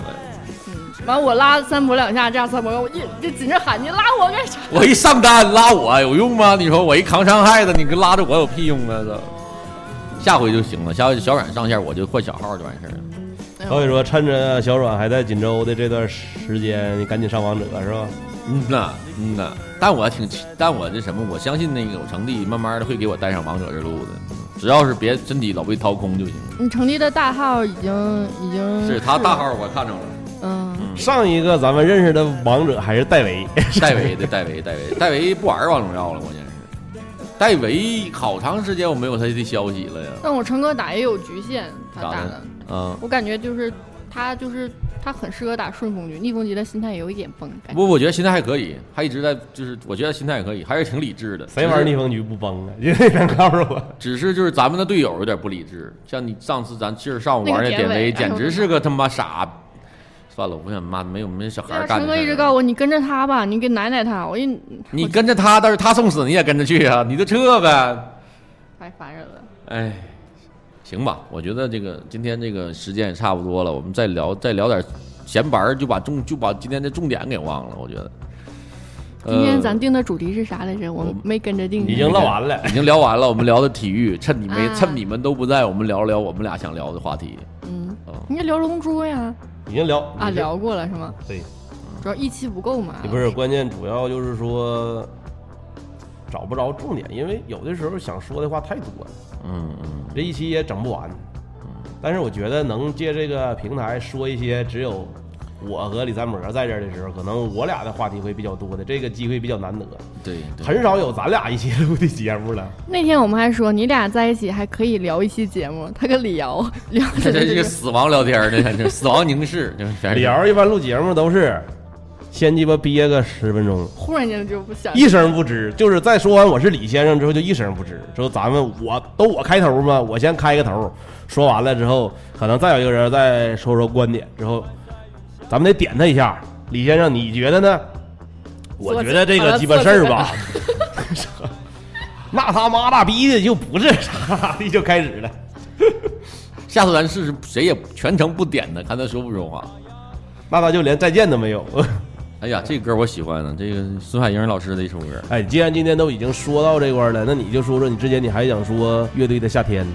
完我拉三博两下，这样三博，我一这紧着喊你拉我干啥？
我一上单拉我有用吗？你说我一扛伤害的，你跟拉着我有屁用啊？这下回就行了，下回小冉上线我就换小号就完事儿了。
所以说，趁着小阮还在锦州的这段时间，你赶紧上王者是吧？
嗯呐，嗯呐，但我挺期，但我这什么，我相信那个我成弟慢慢的会给我带上王者之路的，嗯只要是别身体老被掏空就行。
你成立的大号已经已经
是他大号我看着了，
嗯，
上一个咱们认识的王者还是戴维，
戴维的戴维戴维戴维不玩王者荣耀了，关键是戴维好长时间我没有他的消息了呀，
但我成哥打也有局限，他打的
的，嗯。
我感觉就是他就是他很适合打顺风局，逆风局的心态也有一点崩，感觉
不，我觉得心态还可以，他一直在，就是我觉得心态也可以，还是挺理智的。
谁玩逆风局不崩啊？你这能告诉我？
只是就是咱们的队友有点不理智，像你上次咱今儿上午玩
那个
典
典韦
韦，
哎
简
呦我
直
的
是个他妈傻。算了，我不想骂，没有没有小孩
对
儿
啊，
干的
成哥一
事
直
儿。
告诉我你跟着他吧，你给奶奶他，我一
你跟着他，但是他送死你也跟着去啊，你就撤呗。
太烦人了。
哎，行吧，我觉得这个今天这个时间也差不多了，我们再聊再聊点闲白儿，就把重就把今天的重点给忘了。我觉得，呃
今天咱定的主题是啥来着？我
我
没跟着定。
已经唠啊完了
已。经聊完了，我们聊的体育，趁你没
啊
趁你们都不在，我们聊聊我们俩想聊的话题。
嗯
啊，
哦
你这聊龙珠呀？
已经聊
啊，聊过了是吗？
对，
主要一期不够嘛。
也不是关键，主要就是说找不着重点，因为有的时候想说的话太多了，
嗯嗯，
这一期也整不完。但是我觉得能借这个平台说一些只有我和李三模在这儿的时候，可能我俩的话题会比较多的，这个机会比较难得，
对对。
很少有咱俩一起录的节目了。
那天我们还说你俩在一起还可以聊一期节目，他跟李瑶 聊 的
这是一
这
个
个
死亡聊天儿，这这死亡凝视，就是
李瑶一般录节目都是先鸡巴憋个十分 钟，
忽然间就不想
一声不吱，就是在说完我是李先生之后就一声不吱。之后咱们我都我开头嘛，我先开个头，说完了之后，可能再有一个人再说说观点，之后咱们得点他一下。李先生，你觉得呢？ 我觉得这个鸡巴事儿吧， 那他妈大逼的就不是啥 的，就开始了。
下次咱试试，谁也全程不点的，看他说不说话。
那他就连再见都没有。
哎呀，这歌我喜欢呢，这个孙海英老师的一首歌。
哎，既然今天都已经说到这块儿了，那你就说说你之前你还想说乐队的夏天，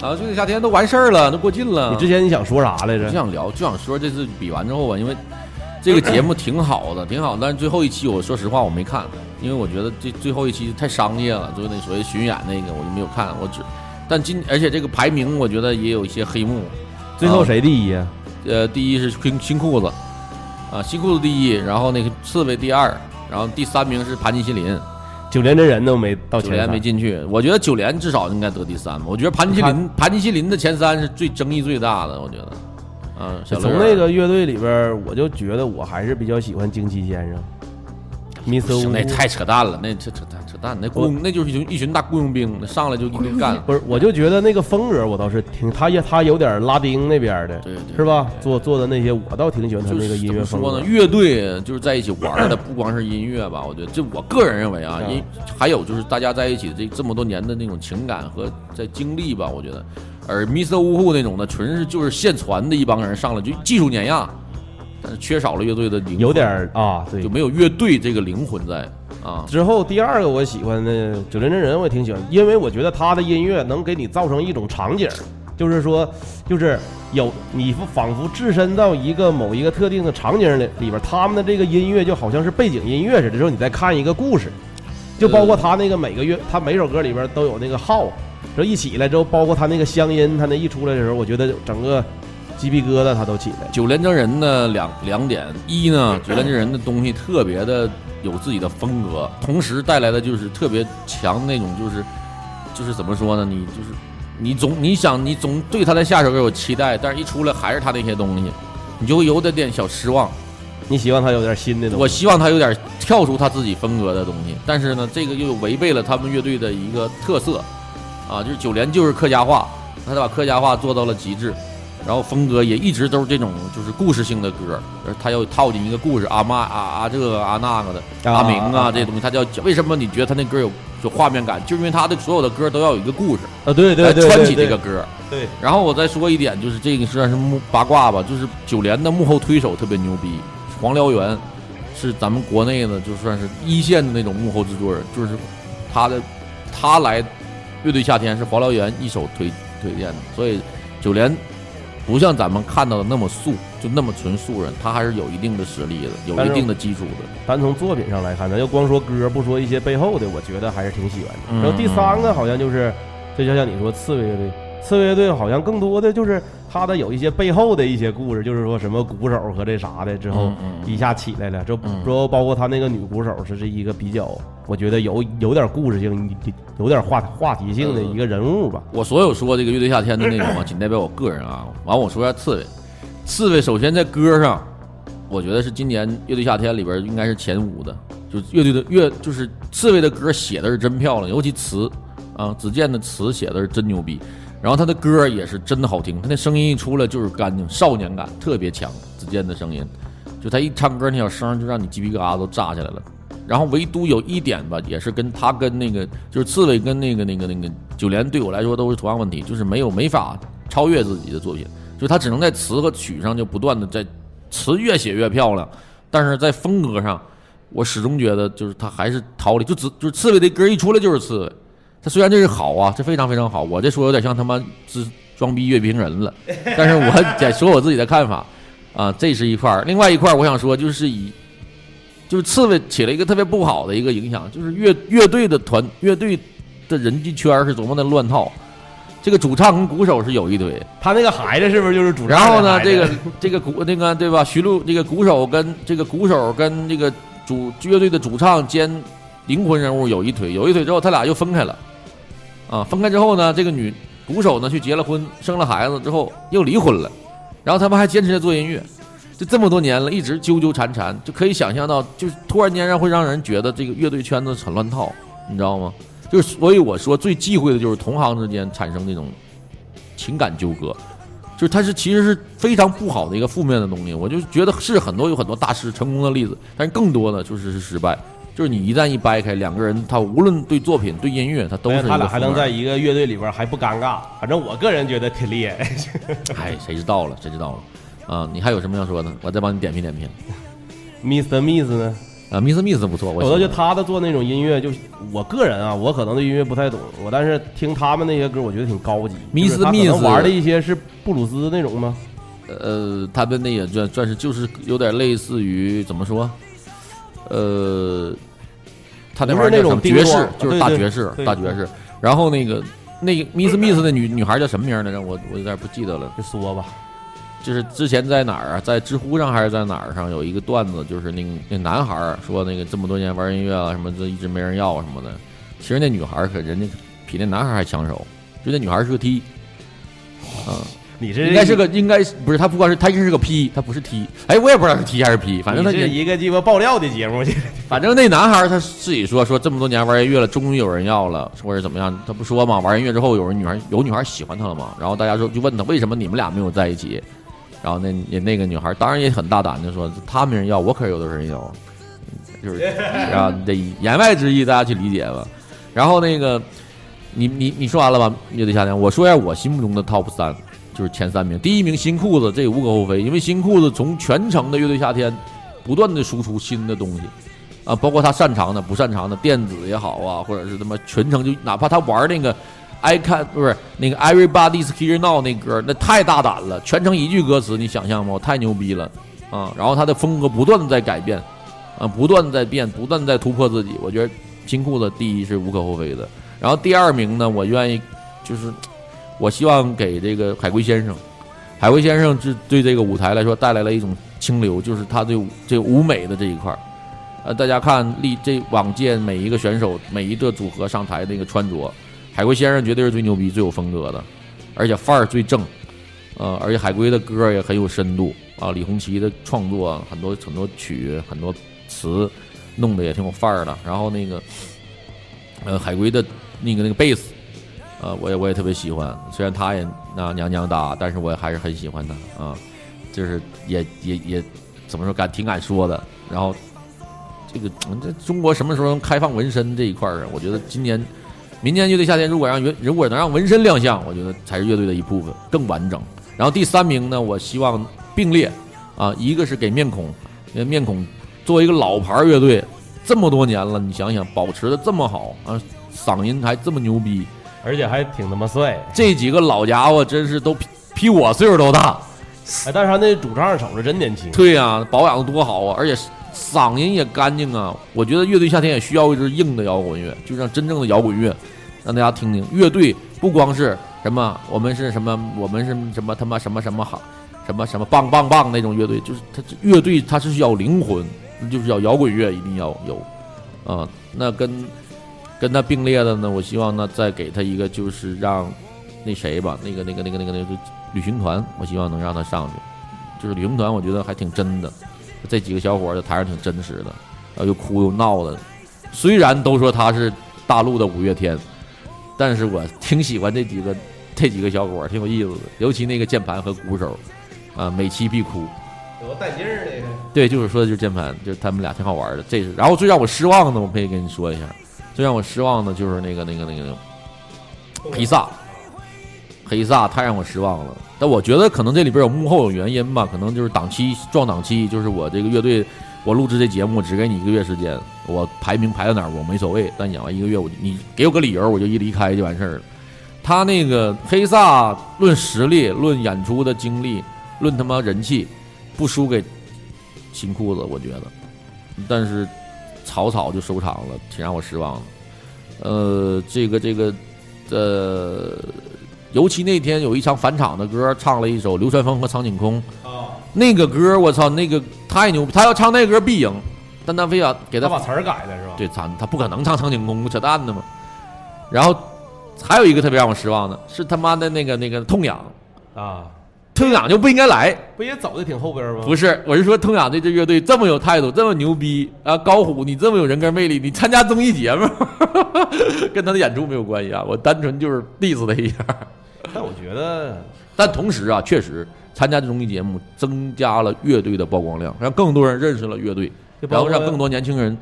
啊，这个夏天都完事儿了，都过尽了。
你之前你想说啥来
我就
着？
想聊，就想说这次比完之后吧，因为这个节目挺好的，挺好，但是最后一期我说实话我没看，因为我觉得这最后一期太商业了，就是那所谓巡演那个我就没有看，我只但今而且这个排名我觉得也有一些黑幕，
最后谁第一呀、
呃，第一是新新裤子，啊，新裤子第一，然后那个刺猬第二，然后第三名是盘尼西林，
九连真人都没到
九
前
连
三
没进去，我觉得九连至少应该得第三吧，我觉得盘尼西林盘尼西林的前三是最争议最大的，我觉得，嗯、小
从
乐
那个乐队里边儿，我就觉得我还是比较喜欢惊奇先生，Mr.
行，
Wu
那太扯淡了，那扯扯淡扯淡，那雇佣那就是一群一群大雇佣兵，那上来就一顿干。
不是，我就觉得那个风格我倒是挺，他也他有点拉丁那边儿的，
对对
是吧？做做的那些我倒挺喜欢他
就
那
是
个音
怎
乐
么
风
说
格
呢？。乐队就是在一起玩儿的，不光是音乐吧，我觉得这我个人认为啊，
啊
因还有就是大家在一起这这么多年的那种情感和在经历吧，我觉得。而 Mr. 呜呼那种的，纯是就是现传的一帮人上来就技术碾压，但是缺少了乐队的灵魂，
有点儿啊，对
就，没有乐队这个灵魂在啊。
之后第二个我喜欢的九连真人，我也挺喜欢，因为我觉得他的音乐能给你造成一种场景，就是说，就是有你仿佛置身到一个某一个特定的场景里里边，他们的这个音乐就好像是背景音乐似的，之后你再看一个故事，就包括他那个每个月，他每首歌里边都有那个号，然后一起来之后，包括他那个乡音，他那一出来的时候，我觉得整个鸡皮疙瘩他都起来了。
九连真人呢，两两点，一呢，九连真人的东西特别的有自己的风格，同时带来的就是特别强那种，就是就是怎么说呢，你就是你总你想你总对他的下首歌有期待，但是一出来还是他那些东西，你就会有点点小失望。
你希望他有点新的东西？
我希望他有点跳出他自己风格的东西，但是呢，这个又违背了他们乐队的一个特色，啊，就是九连就是客家话，他把客家话做到了极致，然后风格也一直都是这种就是故事性的歌，而他要套进一个故事，啊妈啊啊这个啊那个的，阿
啊
明
啊
啊这些东西，他叫为什么你觉得他那歌有有画面感，就是因为他的所有的歌都要有一个故事，
啊，对对
来
对对，
穿起这
对
个歌。
对，
然后我再说一点，就是这个算是幕八卦吧，就是九连的幕后推手特别牛逼，黄燎原是咱们国内的就算是一线的那种幕后制作人，就是他的他来乐队夏天是黄燎原一手推推荐的，所以九连不像咱们看到的那么素，就那么纯素人，他还是有一定的实力的，有
但是
一定的基础的。
单从作品上来看，咱就光说歌，不说一些背后的，我觉得还是挺喜欢的。
嗯
然后第三个好像就是，就像像你说刺猬乐队，刺猬乐队好像更多的就是他的有一些背后的一些故事，就是说什么鼓手和这啥的之后
嗯嗯
一下起来了，这
嗯
说包括他那个女鼓手是是一个比较，我觉得有有点故事性，有点话话题性的
嗯
一个人物吧。
我所有说这个乐队夏天的内容啊，仅代表我个人啊。完，我说一下刺猬，刺猬首先在歌上，我觉得是今年乐队夏天里边应该是前五的，就是乐队的乐就是刺猬的歌写的是真漂亮，尤其词啊，子健的词写的是真牛逼。然后他的歌也是真的好听，他那声音一出来就是干净，少年感特别强。子健的声音，就他一唱歌那小声儿就让你鸡皮疙瘩都炸起来了。然后唯独有一点吧，也是跟他跟那个就是刺猬跟那个那个那个九连对我来说都是同样问题，就是没有没法超越自己的作品，就是他只能在词和曲上就不断的在词越写越漂亮，但是在风格上，我始终觉得就是他还是逃离，就只就是刺猬的歌一出来就是刺猬，他虽然这是好啊，这非常非常好，我这说有点像他妈是装逼乐评人了，但是我在说我自己的看法啊，这是一块儿，另外一块儿我想说就是以就是刺猬起了一个特别不好的一个影响，就是乐乐队的团乐队的人际圈儿是多么的乱套。这个主唱跟鼓手是有一堆，
他那个孩子是不是就是主唱的
然
孩
后
子？
呢，这个这个鼓那个对吧？徐璐这个鼓手跟这个鼓手跟这个主乐队的主唱兼灵魂人物有一腿，有一腿之后他俩又分开了，啊，分开之后呢，这个女鼓手呢去结了婚，生了孩子之后又离婚了，然后他们还坚持着做音乐，就这么多年了，一直纠纠缠缠，就可以想象到，就是突然间让会让人觉得这个乐队圈子很乱套，你知道吗？就是所以我说最忌讳的就是同行之间产生那种情感纠葛，就是它是其实是非常不好的一个负面的东西。我就觉得是很多有很多大师成功的例子，但是更多的就是是失败。就是你一旦一掰开，两个人他无论对作品、对音乐，他都是一个
哎他俩还
负面
能
的
在一个乐队里边还不尴尬，反正我个人觉得挺厉害。
哎，谁知道了？谁知道了？啊，你还有什么要说的？我再帮你点评点评。
Mr. Miss 呢？
啊，Miss Miss 不错，我
我都
喜
觉
欢
得他的做那种音乐，就是我个人啊，我可能对音乐不太懂，我但是听他们那些歌，我觉得挺高级。
Miss
就是他可
Miss
能玩的一些是布鲁斯那种吗？
呃，他们那也算算是就是有点类似于怎么说，呃，他那玩意儿叫
不是那种
什么爵
叮咣
士
啊，
就是
对
大
对
爵士，
对
大爵士。然后那个那个 Miss Miss 的女女孩叫什么名儿来着？我我有点不记得了。
就说吧，
就是之前在哪儿啊，在知乎上还是在哪儿上有一个段子，就是那个那男孩儿说那个这么多年玩音乐啊，什么这一直没人要啊什么的。其实那女孩儿可人家比那男孩儿还抢手，就那女孩儿是个 T，
你这
应该是个应该是不是她不光是她应该是个 P，她不是 T。哎，我也不知道是 T 还是 P，反正她
你是
也
一个鸡巴爆料的节目，这
反正那男孩儿他自己说说这么多年玩音乐了，终于有人要了，或者怎么样，他不说嘛，玩音乐之后有人女孩有女孩喜欢他了嘛，然后大家说就问他为什么你们俩没有在一起，然后那也那个女孩当然也很大胆的说，他没人要，我可是有的人要，就是啊，你得言外之意大家去理解吧。然后那个你你你说完了吧，乐队夏天，我说一下我心目中的 top 三，就是前三名，第一名新裤子，这也无可厚非，因为新裤子从全程的乐队夏天不断的输出新的东西。啊，包括他擅长的、不擅长的，电子也好啊，或者是他妈全程就哪怕他玩那个，I can 不是那个 Everybody's Here Now 那歌，那太大胆了，全程一句歌词，你想象吗？太牛逼了啊！然后他的风格不断的在改变，啊，不断地在变，不断地在突破自己。我觉得新裤子第一是无可厚非的，然后第二名呢，我愿意就是我希望给这个海龟先生。海龟先生这对这个舞台来说带来了一种清流，就是他对这舞美的这一块儿呃，大家看历这往届每一个选手每一个组合上台那个穿着，海龟先生绝对是最牛逼、最有风格的，而且范儿最正，呃，而且海龟的歌也很有深度啊。李红旗的创作很多很多曲很多词弄得也挺有范儿的。然后那个呃海龟的那个那个贝斯，呃，我也我也特别喜欢，虽然他也那娘娘哒，但是我还是很喜欢他啊，就是也也也怎么说敢挺敢说的，然后。这个嗯这中国什么时候能开放纹身这一块儿啊？我觉得今年民间乐队夏天如果让原如果能让纹身亮相，我觉得才是乐队的一部分，更完整。然后第三名呢，我希望并列啊，一个是给面孔，因为面孔作为一个老牌乐队，这么多年了，你想想保持的这么好啊，嗓音还这么牛逼，
而且还挺他妈帅。
这几个老家伙真是都比比我岁数都大。
哎，但是他那主唱瞅着真年轻，
对呀、保养的多好啊，而且嗓音也干净啊。我觉得乐队夏天也需要一支硬的摇滚乐，就让真正的摇滚乐让大家听听。乐队不光是什么，我们是什么， 我们是什么他妈什么什么好，什么什么棒棒棒那种乐队，就是它乐队它是需要灵魂，就是要摇滚乐一定要有啊、那跟跟他并列的呢，我希望呢再给他一个就是让那谁吧，那个那个那个那个那个旅行团，我希望能让他上去。就是旅行团，我觉得还挺真的，这几个小伙儿在台上挺真实的，呃，又哭又闹的。虽然都说他是大陆的五月天，但是我挺喜欢这几个这几个小伙儿，挺有意思的，尤其那个键盘和鼓手，啊、每期必哭。
多带劲儿那
对，就是说的就是键盘，就是他们俩挺好玩的。这是，然后最让我失望的，我可以跟你说一下，最让我失望的就是那个那个那个那个黑撒，黑撒太让我失望了。但我觉得可能这里边有幕后有原因吧，可能就是档期撞档期，就是我这个乐队，我录制这节目只给你一个月时间，我排名排到哪儿我没所谓，但演完一个月我就你给我个理由，我就一离开就完事儿了。他那个黑撒，论实力、论演出的经历、论他妈人气，不输给新裤子，我觉得，但是草草就收场了，挺让我失望的。呃，这个这个，呃，尤其那天有一场返场的歌，唱了一首流川枫和苍井空，
个啊，
那个歌我操，那个太牛逼，他要唱那歌必赢，但他非要给
他
他
把词儿改了是吧？
对，他他不可能唱苍井空，扯淡的嘛。然后还有一个特别让我失望的是他妈的那个那个痛痒，
啊，
吞港就不应该来。
不也走的挺后边吗？
不是，我是说吞港这支乐队这么有态度，这么牛逼啊！高虎，你这么有人格魅力，你参加综艺节目， 跟他的演出没有关系啊！我单纯就是 diss 他一下。
但我觉得
但同时啊，确实参加这综艺节目增加了乐队的曝光量，让更多人认识了乐队，
就包
然后
括
让更多年轻人，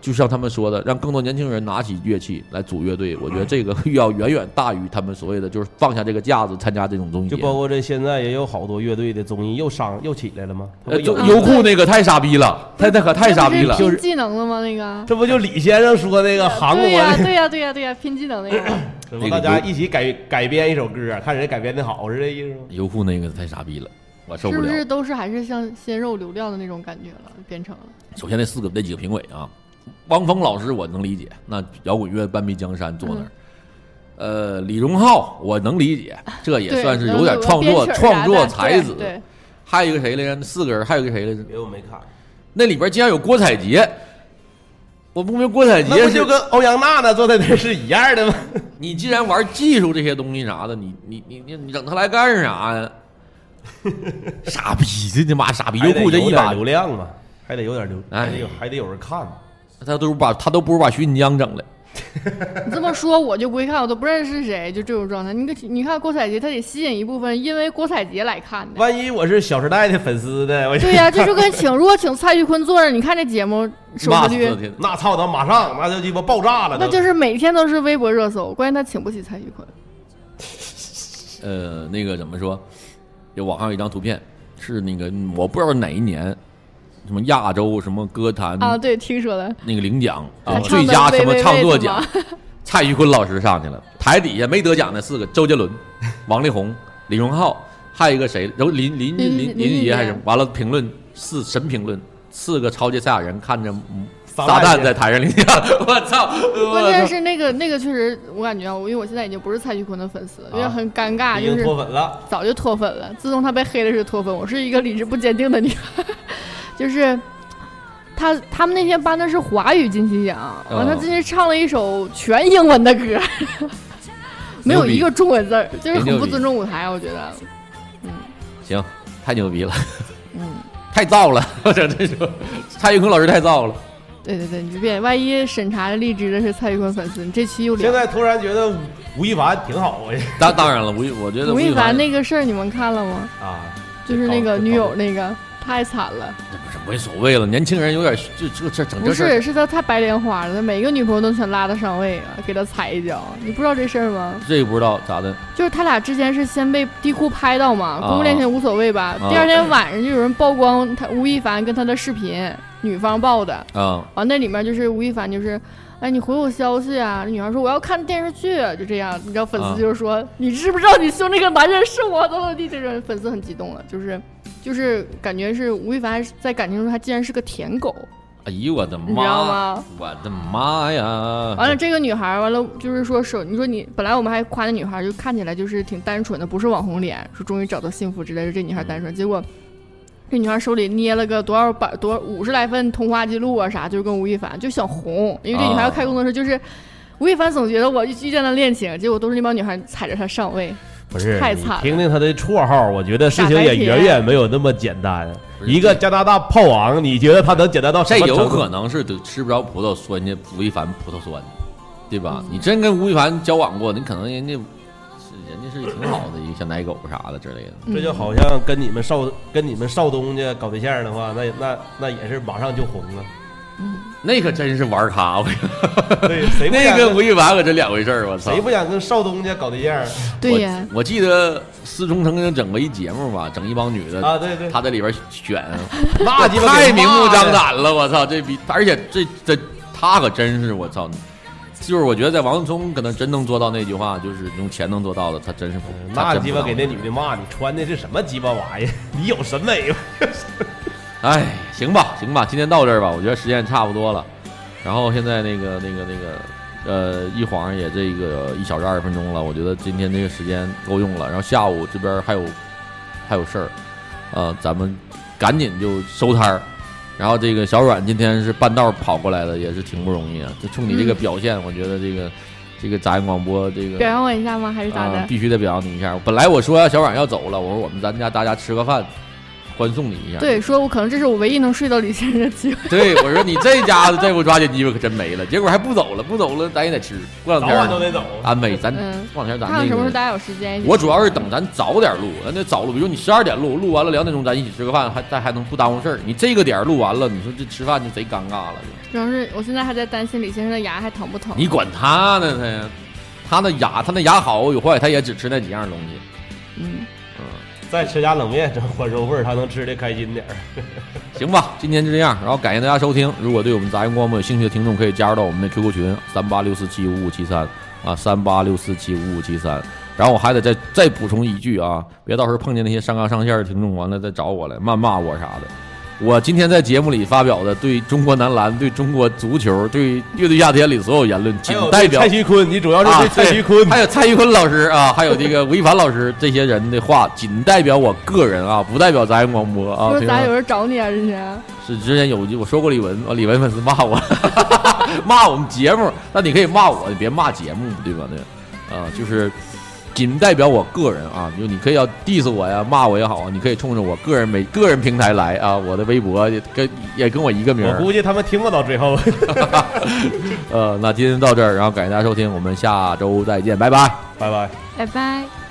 就像他们说的，让更多年轻人拿起乐器来组乐队。我觉得这个要远远大于他们所谓的就是放下这个架子参加这种综艺节
就包
目。
括这现在也有好多乐队的综艺又上又起来了吗？它
呃，
不
就
有
优酷那个太傻逼 了，他他可太傻逼了。
这不是拼技能的吗？那个。
这不就李先生说那个韩国
对呀、
的，
对呀、对呀、对呀、拼技能那个。
什么大家一起改改编一首歌，啊看谁改编的好，是这意思吗？
优酷那个太傻逼了，我 受
是
不
不
了。
是都是还是像鲜肉流量的那种感觉了，变成了
首先那四个那几个评委啊，汪峰老师我能理解，那摇滚乐半壁江山坐那
嗯
儿。呃，李荣浩我能理解，这也
啊对
算是
能
有点
个
创
编
作
曲儿
创
啥
作
的
才
对
子。
对，
还有一个谁来着？四个人，还有一个谁来着？
别我没看，
那里边竟然有郭采洁，我不明白郭采
那
洁
不
是
就跟欧阳娜娜坐在那是一样的吗？
你既然玩技术这些东西啥的，你你你你你整他来干啥 呀？傻逼，这他妈傻逼！优酷这一把
流量嘛，还得有点流，
哎
还得有还得有人看。
他都是把他都不如把徐锦江整的。
你这么说我就不会看，我都不认识是谁，就这种状态。你看，你看郭采洁，她得吸引一部分因为郭采洁来看的。
万一我是《小时代》的粉丝呢？我就
对呀、这就跟请如果请蔡徐坤坐那儿，你看这节目收
骂
视
死了
率，
天！
那操他马上那就鸡巴爆炸了，
那就是每天都是微博热搜。关键他请不起蔡徐坤，
呃，那个怎么说？有网上有一张图片，是那个嗯我不知道哪一年，什么亚洲什么歌坛
啊，对，听说了，
那个领奖
他唱
嗯啊最
的
佳
喂
什么
喂喂
唱作
什么
奖，蔡徐坤老师上去了，台底下没得奖的四个：周杰伦、王力宏、李荣浩，还有一个谁？然后林林
林
林
林
林
林
杰
杰
还是什么完了？评论四神评论，四个超级赛亚人看着嗯
撒
撒
旦
旦在台上领奖，我操！我
关键
操！
是那个那个确实，我感觉啊，我因为我现在已经不是蔡徐坤的粉丝了，
啊
有点很尴尬，
已
就
经
是
脱粉了。
早就脱粉了。自从他被黑了是脱粉，我是一个理智不坚定的女孩，就是他他们那天颁的是华语金曲奖，
哦
完、他今天唱了一首全英文的歌，没有一个中文字儿，就是很不尊重舞台，我觉得。
行，太牛逼了，太燥了，我整这说，蔡徐坤老师太燥了。
对对对，你就别万一审查荔枝的是蔡徐坤粉丝，你这期又
现
聊。
在突然觉得吴亦凡挺好我
当当然了，吴亦我觉得
吴亦
凡
凡那个事儿你们看了吗？
啊，
就是那个女友那个太惨了，
没所谓了，年轻人有点就这这整
不
这事儿
是，是他太白莲花了，每个女朋友都想拉他上位啊，给他踩一脚，你不知道这事儿吗？
这个不知道咋的，
就是他俩之前是先被地库拍到嘛，公共恋情无所谓吧。
啊
第二天晚上就有人曝光他吴亦凡跟他的视频，女方爆的。
啊、
完、那里面就是吴亦凡就是，哎，你回我消息啊。女孩说我要看电视剧，就这样。你知道粉
啊
丝就是说，你知不知道你兄那个男人是我怎么怎么地？这种粉丝很激动了，就是就是感觉是吴亦凡在感情中他竟然是个舔狗。
哎呦我的妈！
你知道吗
我的妈呀！
完了，这个女孩儿完了就是说手，你说你本来我们还夸那女孩儿，就看起来就是挺单纯的，不是网红脸，说终于找到幸福之类的。这女孩儿单纯，结果这女孩儿手里捏了个多少百多五十来份通话记录啊啥，就是跟吴亦凡就想红，因为这女孩儿要开工作室，就是吴亦凡总觉得我遇见了恋情，结果都是那帮女孩儿踩着他上位。
不是
太
你
惨了
听听他的绰号，我觉得事情
大白
也
甜
远远没有那么简单。
不是
一个加拿大炮王，你觉得他能简单到什
这
么程
有
度？
可能是得吃不着葡萄酸，人家吴亦凡葡萄酸，对
嗯
吧？你真跟吴亦凡交往过，你可能人家是人家是挺好的一个小奶狗啥的之类的。
嗯
这就好像跟你们少跟你们少东家搞对象的话，那那那也是马上就红了。
那可真是玩咖，我跟你说
对谁不
那
想
跟吴亦凡可真两回事儿，我操！
谁不想跟少东家搞对象
对呀，
我，我记得思聪曾经整过一节目吧，整一帮女的
啊？对对，
呃他在里边选，
那鸡巴
太
给骂
明目
的
张。胆了，我操！这比而且这这他可真是我操！就是我觉得在王思聪可能真能做到那句话，就是用钱能做到的，他真是不
那
他真
鸡
不
巴
当
给那女的骂，你穿的是什么鸡巴玩意儿？ 你有审美吗？
哎，行吧，行吧，今天到这儿吧，我觉得时间也差不多了。然后现在那个那个那个，呃，一晃也这个一小时二十分钟了，我觉得今天这个时间够用了。然后下午这边还有还有事儿，呃，咱们赶紧就收摊儿。然后这个小阮今天是半道儿跑过来的，也是挺不容易啊。就冲你这个表现，我觉得这个这个杂音广播这个
表扬我一下吗？还是咋的？
啊必须得表扬你一下。本来我说小婉要走了，我说我们咱家大家吃个饭，欢送你一下。
对，说我可能这是我唯一能睡到李先生的 机 会。
对，我说你这家伙这不抓紧机会可真没了，结果还不走了，不走了咱也得吃，过两
早
天
晚都得走。啊
安排咱
嗯
过两天咱
看看什么时候
那
大
个。
家有时间一起。
我主要是等咱早点录，咱得早录，比如你十二点录，录完了两点钟咱一起吃个饭，还咱还能不耽误事儿。你这个点儿录完了，你说这吃饭就贼尴尬了。
主要是我现在还在担心李先生的牙还疼不疼。
你管他呢，他呀，他那牙，他那牙好与坏，他也只吃那几样东西。
嗯，
再吃家冷面，整欢收味儿，他能吃的开心点儿。
行吧，今天就这样，然后感谢大家收听。如果对我们杂音广播有兴趣的听众，可以加入到我们的 QQ 群三八六四七五五七三啊，三八六四七五五七三。然后我还得再再补充一句啊，别到时候碰见那些上纲上线的听众，完了再找我来谩骂我啥的。我今天在节目里发表的对中国男篮、对中国足球、对乐队夏天里所有言论，仅代表
蔡徐坤，你主要是
啊
对，蔡徐
对
坤。
还有蔡徐坤老师啊，还有这个吴亦凡老师这些人的话，仅代表我个人啊，不代表杂音广播啊。
说
听
咋
到
有人找你啊？之前
是之前有一句我说过李玟，啊李玟粉丝骂我， 骂我们节目，那你可以骂我，你别骂节目，对吧？那个，啊、就是仅代表我个人啊，就你可以要 diss 我呀，骂我也好啊，你可以冲着我个人每个人平台来啊，我的微博也跟也跟我一个名
我
儿，
估计他们听不到最后。
呃，那今天到这儿，然后感谢大家收听，我们下周再见，拜拜。
拜拜。
拜拜。